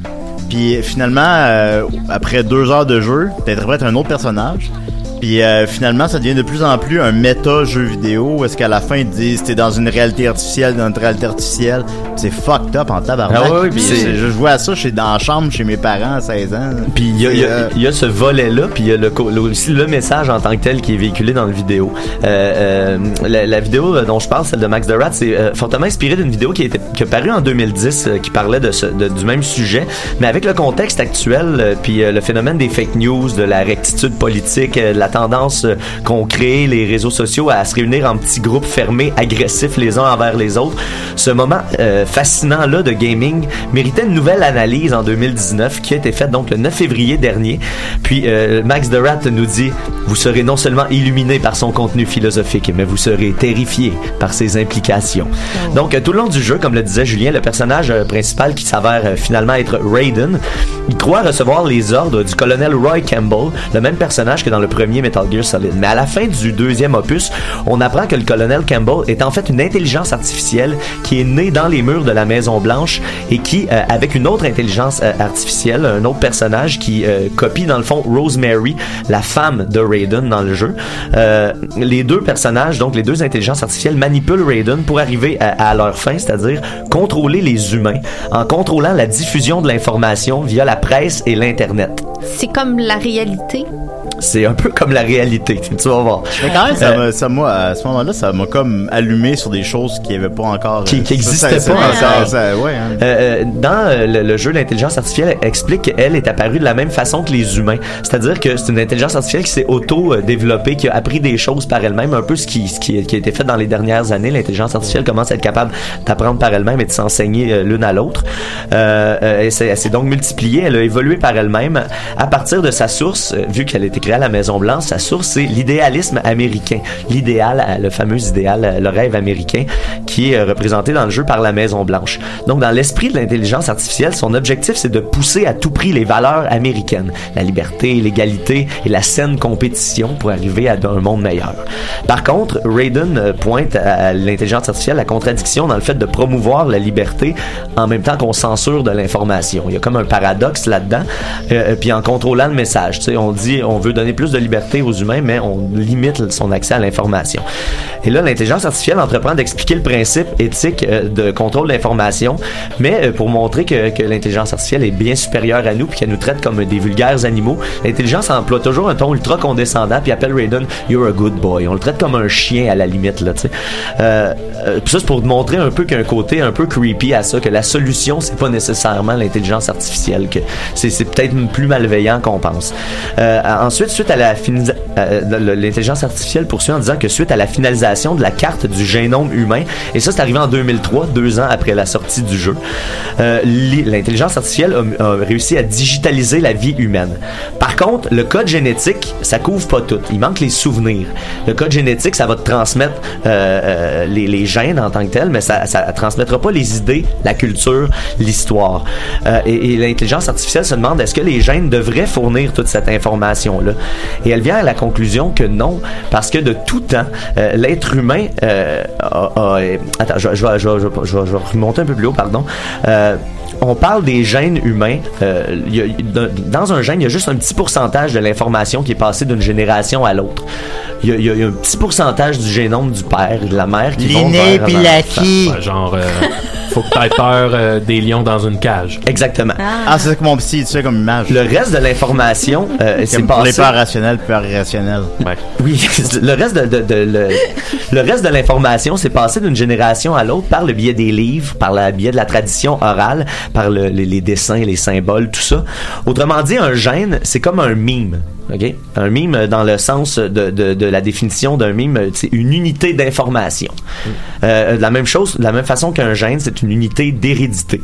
Speaker 4: Puis finalement, euh, après deux heures de jeu, tu interprètes un autre personnage. Puis euh, finalement, ça devient de plus en plus un méta jeu vidéo. Où est-ce qu'à la fin, ils te disent t'es dans une réalité artificielle, dans une réalité artificielle. C'est fucked up en tabarnak.
Speaker 7: Ah ouais, ouais,
Speaker 4: Puis
Speaker 7: puis c'est-
Speaker 4: je- je jouais à ça chez, dans la chambre chez mes parents à 16 ans.
Speaker 7: Puis il y a, il y a-
Speaker 4: Euh,
Speaker 7: il y a ce volet-là, puis il y a le, co- le- aussi le message en tant que tel qui est véhiculé dans la vidéo. Euh, euh, la, la vidéo dont je parle, celle de Max Dorat, c'est euh, fortement inspirée d'une vidéo qui, était, qui a paru en 2010, euh, qui parlait de ce- de- du même sujet, mais avec le contexte actuel, euh, puis euh, le phénomène des fake news, de la rectitude politique, euh, de la tendance euh, qu'ont créé les réseaux sociaux à se réunir en petits groupes fermés, agressifs les uns envers les autres. Ce moment euh, fascinant-là de gaming méritait une nouvelle analyse en 2019 qui a été faite donc le 9 février dernier. Puis euh, Max de Rat nous dit Vous serez non seulement illuminé par son contenu philosophique, mais vous serez terrifié par ses implications. Donc, euh, tout le long du jeu, comme le disait Julien, le personnage euh, principal qui s'avère euh, finalement être Raiden, il croit recevoir les ordres du colonel Roy Campbell, le même personnage que dans le premier Metal Gear Solid. Mais à la fin du deuxième opus, on apprend que le colonel Campbell est en fait une intelligence artificielle qui est née dans les murs de la Maison Blanche et qui, euh, avec une autre intelligence euh, artificielle, un autre personnage qui euh, copie dans le fond Rosemary, la femme de Raiden dans le jeu, euh, les deux personnages, donc les deux intelligences artificielles, manipulent Raiden pour arriver à, à leur fin, c'est-à-dire contrôler les humains en contrôlant la diffusion de l'information via la presse et l'Internet.
Speaker 5: C'est comme la réalité.
Speaker 7: C'est un peu comme la réalité, [LAUGHS] tu vas voir.
Speaker 4: Mais quand même, ça
Speaker 7: Euh,
Speaker 4: m'a- ça m'a, à ce moment-là, ça m'a comme allumé sur des choses qui n'avaient pas encore.
Speaker 7: Qui-
Speaker 4: euh,
Speaker 7: qui
Speaker 4: ça, ça-
Speaker 7: existaient
Speaker 4: ça-
Speaker 7: pas
Speaker 4: ça-
Speaker 7: encore.
Speaker 4: ça- ouais, hein.
Speaker 7: Euh, euh, dans euh, le, le jeu, l'intelligence artificielle explique qu'elle est apparue de la même façon que les humains. C'est-à-dire que c'est une intelligence artificielle qui s'est auto-développée, qui a appris des choses par elle-même, un peu ce qui, ce qui, qui a été fait dans les dernières années. L'intelligence artificielle commence à être capable d'apprendre par elle-même et de s'enseigner euh, l'une à l'autre. Euh, euh, et c'est- elle s'est donc multipliée, elle a évolué par elle-même. À partir de sa source, euh, vu qu'elle a été créée à la Maison-Blanche, sa source, c'est l'idéalisme américain. L'idéal, euh, le fameux idéal, euh, le rêve américain, qui est euh, représenté dans le jeu par la Maison-Blanche. Donc, dans l'esprit de l'intelligence artificielle, son objectif, c'est de pousser à tout prix les valeurs américaines, la liberté, l'égalité et la saine compétition pour arriver à un monde meilleur. Par contre, Raiden euh, pointe à l'intelligence artificielle la contradiction dans le fait de promouvoir la liberté en même temps qu'on censure de l'information. Il y a comme un paradoxe là-dedans, euh, euh, puis en contrôlant le message. Tu sais, on dit on veut donner plus de liberté aux humains, mais on limite son accès à l'information. Et là, l'intelligence artificielle entreprend d'expliquer le principe éthique euh, de contrôle de l'information, mais euh, pour montrer que, que l'intelligence artificielle est bien supérieure à nous puis qu'elle nous traite comme des vulgaires animaux, l'intelligence emploie toujours un ton ultra condescendant puis appelle Raiden You're a good boy. On le traite comme un chien à la limite, là, tu sais. Euh, euh, puis ça, c'est pour te montrer un peu qu'il y a un côté un peu creepy à ça, que la solution, c'est pas nécessairement l'intelligence artificielle, que c'est c'est peut-être plus malveillant qu'on pense. Euh, ensuite, suite à la finisa- euh, le- l'intelligence artificielle poursuit en disant que suite à la finalisation de la carte du génome humain, et ça c'est arrivé en 2003, deux ans après la sortie du jeu, euh, li- l'intelligence artificielle a, a réussi à digitaliser la vie humaine. Par contre, le code génétique, ça couvre pas tout. Il manque les souvenirs. Le code génétique, ça va te transmettre euh, euh, les, les gènes en tant que tels, mais ça, ça transmettra pas les idées, la culture, l'histoire. Euh, et et l'intelligence artificielle se demande est-ce que les gènes devraient fournir toute cette information-là Et elle vient à la conclusion que non, parce que de tout temps, euh, l'être humain euh, a- a- euh, Attends, je, je vais- je vais- je vais- je vais- je vais remonter un peu plus haut, pardon. Euh, on parle des gènes humains. Euh, il y a- d'un- dans un gène, il y a juste un petit pourcentage de l'information qui est passée d'une génération à l'autre. Il y, a, il y a- il y a un petit pourcentage du génome du père et de la mère qui vont
Speaker 4: L'aîné
Speaker 7: vers
Speaker 4: puis
Speaker 7: un
Speaker 4: la
Speaker 7: enfant.
Speaker 4: fille.
Speaker 6: Ouais, genre, euh, faut que t'aies peur euh, des lions dans une cage.
Speaker 7: Exactement.
Speaker 4: Ah, c'est ça que mon psy, tu sais, comme image.
Speaker 7: Le reste de l'information, euh, c'est
Speaker 4: Comme pour les
Speaker 7: passé.
Speaker 4: peurs rationnelles, peurs irrationnelles.
Speaker 7: Oui, [LAUGHS] le reste de, de- de- le, le reste de l'information s'est passé d'une génération à l'autre par le biais des livres, par le biais de la tradition orale, par le- les, les dessins, les symboles, tout ça. Autrement dit, un gène, c'est comme un mime. OK? Un mime euh, dans le sens de, de- de la définition d'un mime, euh, c'est une unité d'information. Euh, de la même chose, de la même façon qu'un gène, c'est une unité d'hérédité.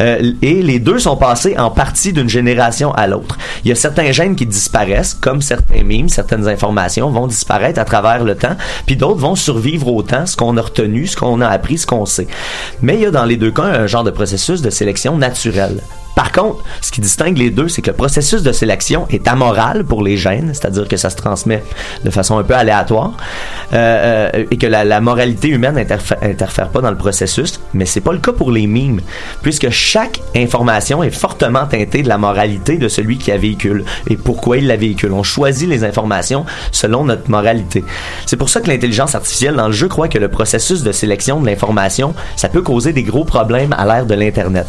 Speaker 7: Euh, et les deux sont passés en partie d'une génération à l'autre. Il y a certains gènes qui disparaissent, comme certains mimes, certaines informations vont disparaître à travers le temps, puis d'autres vont survivre au temps, ce qu'on a retenu, ce qu'on a appris, ce qu'on sait. Mais il y a dans les deux cas un genre de processus de sélection naturelle. Par contre, ce qui distingue les deux, c'est que le processus de sélection est amoral pour les gènes, c'est-à-dire que ça se transmet de façon un peu aléatoire, euh, euh, et que la, la moralité humaine n'interfère pas dans le processus, mais c'est pas le cas pour les mimes, puisque chaque information est fortement teintée de la moralité de celui qui la véhicule et pourquoi il la véhicule. On choisit les informations selon notre moralité. C'est pour ça que l'intelligence artificielle dans le jeu croit que le processus de sélection de l'information, ça peut causer des gros problèmes à l'ère de l'Internet.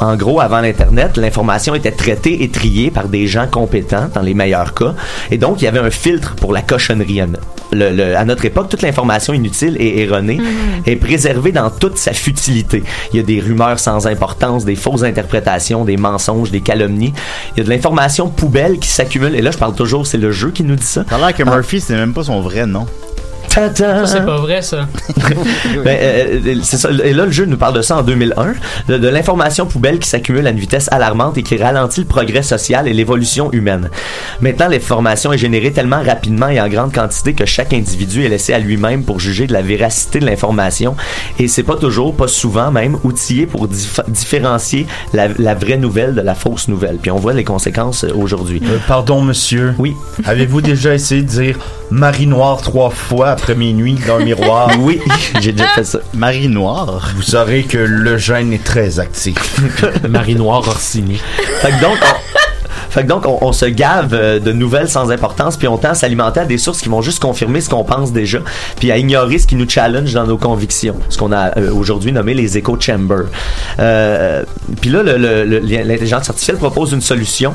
Speaker 7: En gros, avant l'Internet, l'information était traitée et triée par des gens compétents, dans les meilleurs cas, et donc il y avait un filtre pour la cochonnerie. à no- le- le- à notre époque, toute l'information inutile et erronée est préservée dans toute sa futilité. Il y a des rumeurs sans importance, des fausses interprétations, des mensonges, des calomnies. Il y a de l'information poubelle qui s'accumule, et là je parle toujours, c'est le jeu qui nous dit ça.
Speaker 4: Ça a l'air que Murphy, c'est même pas son vrai nom.
Speaker 9: Ça, c'est pas vrai, ça.
Speaker 7: Ben, euh, euh, c'est ça. Et là, le jeu nous parle de ça en 2001, de, de l'information poubelle qui s'accumule à une vitesse alarmante et qui ralentit le progrès social et l'évolution humaine. Maintenant, l'information est générée tellement rapidement et en grande quantité que chaque individu est laissé à lui-même pour juger de la véracité de l'information. Et c'est pas toujours, pas souvent même, outillé pour dif- différencier la, la vraie nouvelle de la fausse nouvelle. Puis on voit les conséquences euh, aujourd'hui.
Speaker 8: [LAUGHS] Euh, pardon, monsieur.
Speaker 7: Oui.
Speaker 8: Avez-vous déjà essayé de dire Marie Noire trois fois après minuit dans le miroir
Speaker 7: [LAUGHS] Oui, j'ai déjà fait ça.
Speaker 8: Marie Noire Vous saurez que le gène est très actif.
Speaker 6: Marie Noire Orsini.
Speaker 7: Fait que donc, on, [LAUGHS] fait que donc on, on se gave euh, de nouvelles sans importance, puis on tend à s'alimenter à des sources qui vont juste confirmer ce qu'on pense déjà, puis à ignorer ce qui nous challenge dans nos convictions, ce qu'on a euh, aujourd'hui nommé les echo chambers. Euh, puis là, le- le- le- l'intelligence artificielle propose une solution.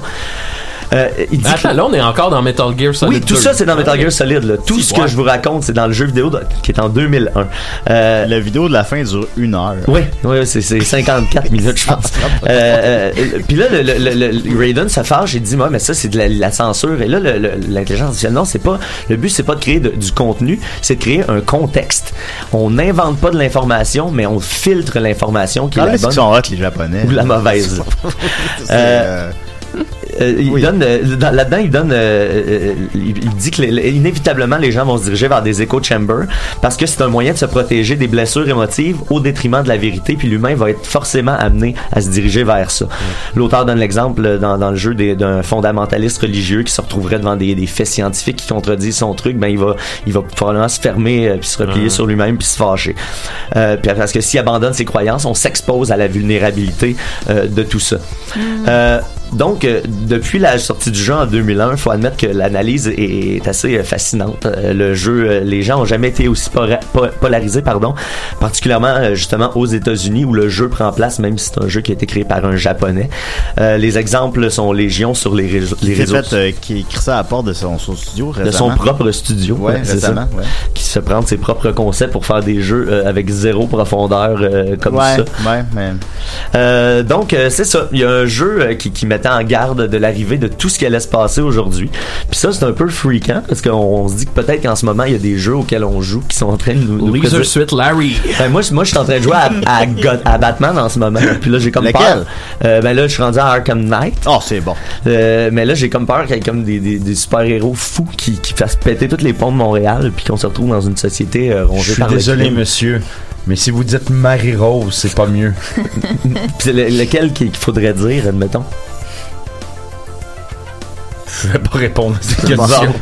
Speaker 7: Euh, il dit que-
Speaker 6: Attends, là, on est encore dans Metal Gear Solid.
Speaker 7: oui, tout
Speaker 6: 2.
Speaker 7: ça c'est dans Metal
Speaker 6: Ouais.
Speaker 7: Gear Solid. là. Tout ce que
Speaker 6: ouais.
Speaker 7: je vous raconte, c'est dans le jeu vidéo de- qui est en 2001. Euh,
Speaker 4: La vidéo de la fin dure une heure.
Speaker 7: oui, oui, c'est c'est 54 minutes, je
Speaker 4: [LAUGHS]
Speaker 7: pense. Euh, euh, Puis là, le, le- le- le- Raiden se fâche et dit, moi, mais ça, c'est de la, la censure. Et là, le- le- l'intelligence artificielle, non, c'est pas. Le but, c'est pas de créer de- du contenu, c'est de créer un contexte. On n'invente pas de l'information, mais on filtre l'information qui est
Speaker 4: Quand
Speaker 7: la
Speaker 4: est-ce Ah, qu'ils
Speaker 7: bonne
Speaker 4: sont hot, les Japonais?
Speaker 7: ou la mauvaise.
Speaker 4: [LAUGHS] C'est,
Speaker 7: Euh,
Speaker 4: euh,
Speaker 7: Euh, il
Speaker 4: Oui.
Speaker 7: donne euh, dans- là-dedans il donne euh, euh, il, il dit que les- les- inévitablement les gens vont se diriger vers des écho chambers parce que c'est un moyen de se protéger des blessures émotives au détriment de la vérité puis l'humain va être forcément amené à se diriger vers ça. L'auteur donne l'exemple euh, dans, dans le jeu des- d'un fondamentaliste religieux qui se retrouverait devant des, des faits scientifiques qui contredisent son truc ben il va il va probablement se fermer euh, puis se replier sur lui-même puis se fâcher. Euh, puis parce que s'il abandonne ses croyances, on s'expose à la vulnérabilité euh, de tout ça. Euh, donc, euh, depuis la sortie du jeu en 2001, faut admettre que l'analyse est, est assez euh, fascinante. Euh, le jeu, euh, les gens ont jamais été aussi pora- po- polarisés, pardon, particulièrement euh, justement aux États-Unis où le jeu prend place, même si c'est un jeu qui a été créé par un Japonais. Euh, les exemples sont légion sur les, réseaux- les
Speaker 4: qui s'est
Speaker 7: réseaux
Speaker 4: fait, euh, qui écrit ça à part de son, son studio
Speaker 7: de son
Speaker 4: récemment.
Speaker 7: propre studio.
Speaker 4: Ouais,
Speaker 7: c'est
Speaker 4: récemment, ouais.
Speaker 7: Qui se prend de ses propres concepts pour faire des jeux euh, avec zéro profondeur euh, comme
Speaker 4: ouais,
Speaker 7: ça.
Speaker 4: ouais, mais
Speaker 7: Euh, donc euh, c'est ça, il y a un jeu euh, qui, qui mettait en garde de l'arrivée de tout ce qui allait se passer aujourd'hui. Puis ça c'est un peu freakant parce qu'on on se dit que peut-être qu'en ce moment il y a des jeux auxquels on joue qui sont en train de nous, nous
Speaker 6: Laser
Speaker 7: présenter-
Speaker 6: Suite Larry.
Speaker 7: Ben, moi, je- moi je suis en train de jouer à, à, God- à Batman en
Speaker 8: [LAUGHS]
Speaker 7: ce moment. Puis là j'ai comme
Speaker 4: Lequel?
Speaker 7: peur. Euh, ben là je suis rendu à Arkham Knight.
Speaker 8: Ah,
Speaker 4: Oh, c'est bon.
Speaker 7: Euh, mais là, j'ai comme peur qu'il y ait comme des, des- des super-héros fous qui, qui fassent péter tous les ponts de Montréal puis qu'on se retrouve dans une société euh, rongée
Speaker 8: Je suis
Speaker 7: par le
Speaker 8: désolé,
Speaker 7: crime.
Speaker 8: monsieur, mais si vous dites Marie Rose, c'est pas mieux.
Speaker 7: [LAUGHS] Puis c'est le- lequel qu'il qu'il faudrait dire, admettons?
Speaker 8: Je vais pas répondre à cette
Speaker 7: Bon.
Speaker 8: question.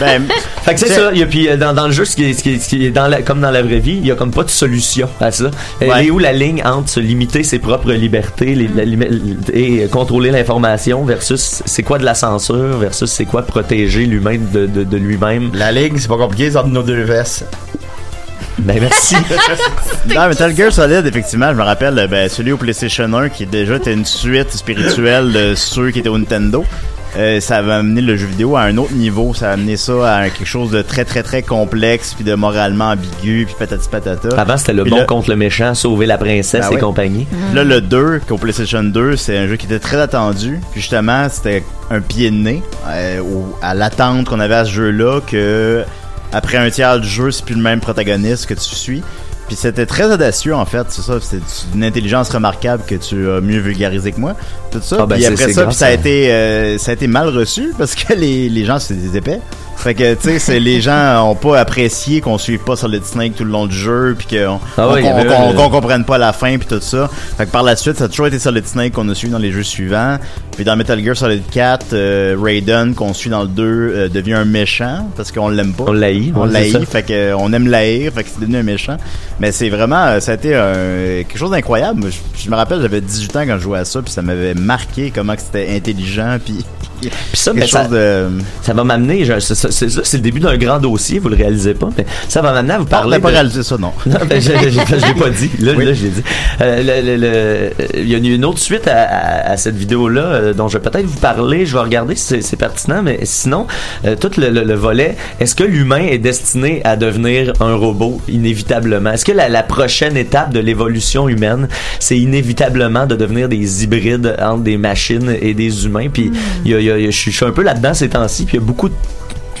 Speaker 4: Ben,
Speaker 7: [LAUGHS] Fait que c'est
Speaker 4: C'est-
Speaker 7: ça. Il y a, puis euh, dans, dans le jeu, ce qui est, ce qui est- ce qui est dans la- comme dans la vraie vie, il y a comme pas de solution à ça. Elle
Speaker 4: Ouais.
Speaker 7: est où la ligne entre se limiter ses propres libertés les- la limi- et euh, contrôler l'information versus c'est quoi de la censure versus c'est quoi protéger l'humain de, de- de lui-même?
Speaker 8: La ligue, c'est pas compliqué, c'est entre nos deux vestes.
Speaker 7: Ben [LAUGHS] merci.
Speaker 4: Non, Metal Gear Solid, effectivement, je me rappelle, ben, celui au PlayStation 1 qui déjà était une suite spirituelle de ceux qui étaient au Nintendo. euh, ça va amener le jeu vidéo à un autre niveau. Ça va amener ça à quelque chose de très, très, très complexe, puis de moralement ambigu, puis patati patata.
Speaker 7: Avant, c'était le
Speaker 4: Puis
Speaker 7: bon
Speaker 4: là-
Speaker 7: contre le méchant, sauver la princesse
Speaker 4: Ben
Speaker 7: et
Speaker 4: ouais.
Speaker 7: compagnie.
Speaker 4: Puis Là, le 2, qu'au PlayStation 2, c'est un jeu qui était très attendu. Puis justement, c'était un pied de nez euh, au- à l'attente qu'on avait à ce jeu-là que après un tiers du jeu, c'est plus le même protagoniste que tu suis. Puis c'était très audacieux en fait, c'est ça, c'est une intelligence remarquable que tu as mieux vulgarisé que moi. Tout ça.
Speaker 7: Ah ben,
Speaker 4: puis
Speaker 7: c'est-
Speaker 4: après
Speaker 7: c'est
Speaker 4: ça, puis
Speaker 7: grâce
Speaker 4: ça a
Speaker 7: à-
Speaker 4: été euh, ça a été mal reçu [LAUGHS] parce que les, les gens c'est des épais. Fait que tu sais, c'est- les gens ont pas apprécié qu'on suive pas sur le Snake tout le long du jeu puis qu'on
Speaker 7: Ah ouais,
Speaker 4: qu'on-
Speaker 7: il y avait
Speaker 4: qu'on-
Speaker 7: le-
Speaker 4: qu'on- qu'on comprenne pas la fin puis tout ça. Fait que par la suite, ça a toujours été Solid Snake qu'on a suivi dans les jeux suivants. Puis dans Metal Gear Solid 4, euh, Raiden qu'on suit dans le 2 euh, devient un méchant parce qu'on l'aime pas.
Speaker 7: On l'haït,
Speaker 4: on
Speaker 7: ouais, c'est
Speaker 4: l'haït,
Speaker 7: ça.
Speaker 4: fait que euh, on aime l'haïr, fait que c'est devenu un méchant. Mais c'est vraiment euh, ça a été un- quelque chose d'incroyable. Moi, Je, je me rappelle, j'avais 18 ans quand je jouais à ça puis ça m'avait marqué comment que c'était intelligent puis
Speaker 7: Puis
Speaker 4: [LAUGHS]
Speaker 7: ça,
Speaker 4: quelque
Speaker 7: ben, ça,
Speaker 4: chose de
Speaker 7: ça va m'amener, je- c'est- c'est c'est- c'est le début d'un grand dossier, vous le réalisez pas, mais ça va m'amener à vous
Speaker 4: On
Speaker 7: parler.
Speaker 4: n'a pas
Speaker 7: de-
Speaker 4: réalisé ça non.
Speaker 7: Non, [LAUGHS] ben, je, je- je- je l'ai pas dit. Là, là, je l'ai dit. Euh, le- le- le- il y en a eu une autre suite à, à- à cette vidéo-là euh, dont je vais peut-être vous parler. Je vais regarder si c'est- c'est pertinent, mais sinon, euh, tout le, le- le volet, est-ce que l'humain est destiné à devenir un robot inévitablement? Est-ce que la, la prochaine étape de l'évolution humaine, c'est inévitablement de devenir des hybrides entre des machines et des humains? Puis, il y a- il y a- je suis- je suis un peu là-dedans ces temps-ci, puis il y a beaucoup de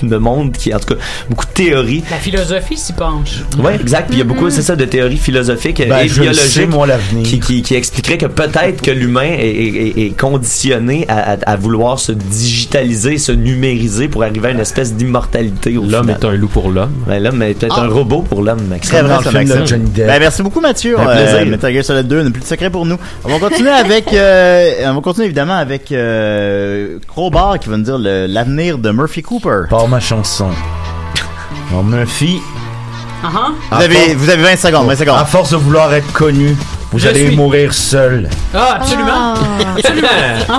Speaker 7: de monde qui, en tout cas, beaucoup de théories
Speaker 9: La philosophie s'y penche.
Speaker 7: oui, exact. Puis il y a beaucoup, c'est ça, de théories philosophiques
Speaker 8: Ben,
Speaker 7: et
Speaker 8: je le
Speaker 7: biologiques
Speaker 8: sais, moi, l'avenir.
Speaker 7: Qui, qui, qui expliqueraient que peut-être que l'humain est, est- est- est conditionné à, à- à vouloir se digitaliser, se numériser pour arriver à une espèce d'immortalité au
Speaker 6: L'homme
Speaker 7: final.
Speaker 6: est un loup pour l'homme.
Speaker 7: Ben, l'homme est peut-être
Speaker 4: Ah.
Speaker 7: un robot pour l'homme, Max.
Speaker 4: Très vrai,
Speaker 8: Dans le
Speaker 4: ça,
Speaker 8: film de
Speaker 4: Maxime.
Speaker 8: Johnny Depp.
Speaker 4: Ben, merci beaucoup, Mathieu.
Speaker 7: Un plaisir.
Speaker 4: Metal Gear Solid 2 n'a plus de secret pour nous. On va continuer avec, euh, on va continuer évidemment avec euh, Crowbar qui va nous dire le- l'avenir de Murphy Cooper.
Speaker 8: Pas ma chanson. Mon Murphy.
Speaker 9: Ah ah.
Speaker 4: Vous avez, vous avez 20 secondes, 20 secondes.
Speaker 8: À force de vouloir être connu, vous
Speaker 9: Je
Speaker 8: allez
Speaker 9: suis.
Speaker 8: mourir seul.
Speaker 9: Ah, absolument. Absolument. Ah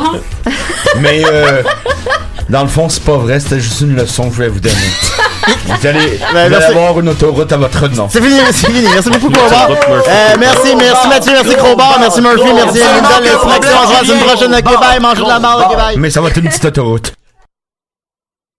Speaker 9: ah.
Speaker 8: Mais euh, dans le fond, c'est pas vrai, c'était juste une leçon que je voulais vous donner. vous allez, vous
Speaker 4: [LAUGHS]
Speaker 8: allez
Speaker 4: Ben, merci.
Speaker 8: avoir une autoroute à votre nom.
Speaker 4: C'est fini, c'est fini. Merci beaucoup, Crowbar. Euh, merci, merci Mathieu, merci
Speaker 8: Ah.
Speaker 4: Crowbar, merci Murphy, merci Linda,
Speaker 8: Crowbar,
Speaker 4: merci Maxime. On se voit la semaine prochaine. Ok, bye, mangez de la barre, ok, bye.
Speaker 8: Mais ça va être une petite autoroute.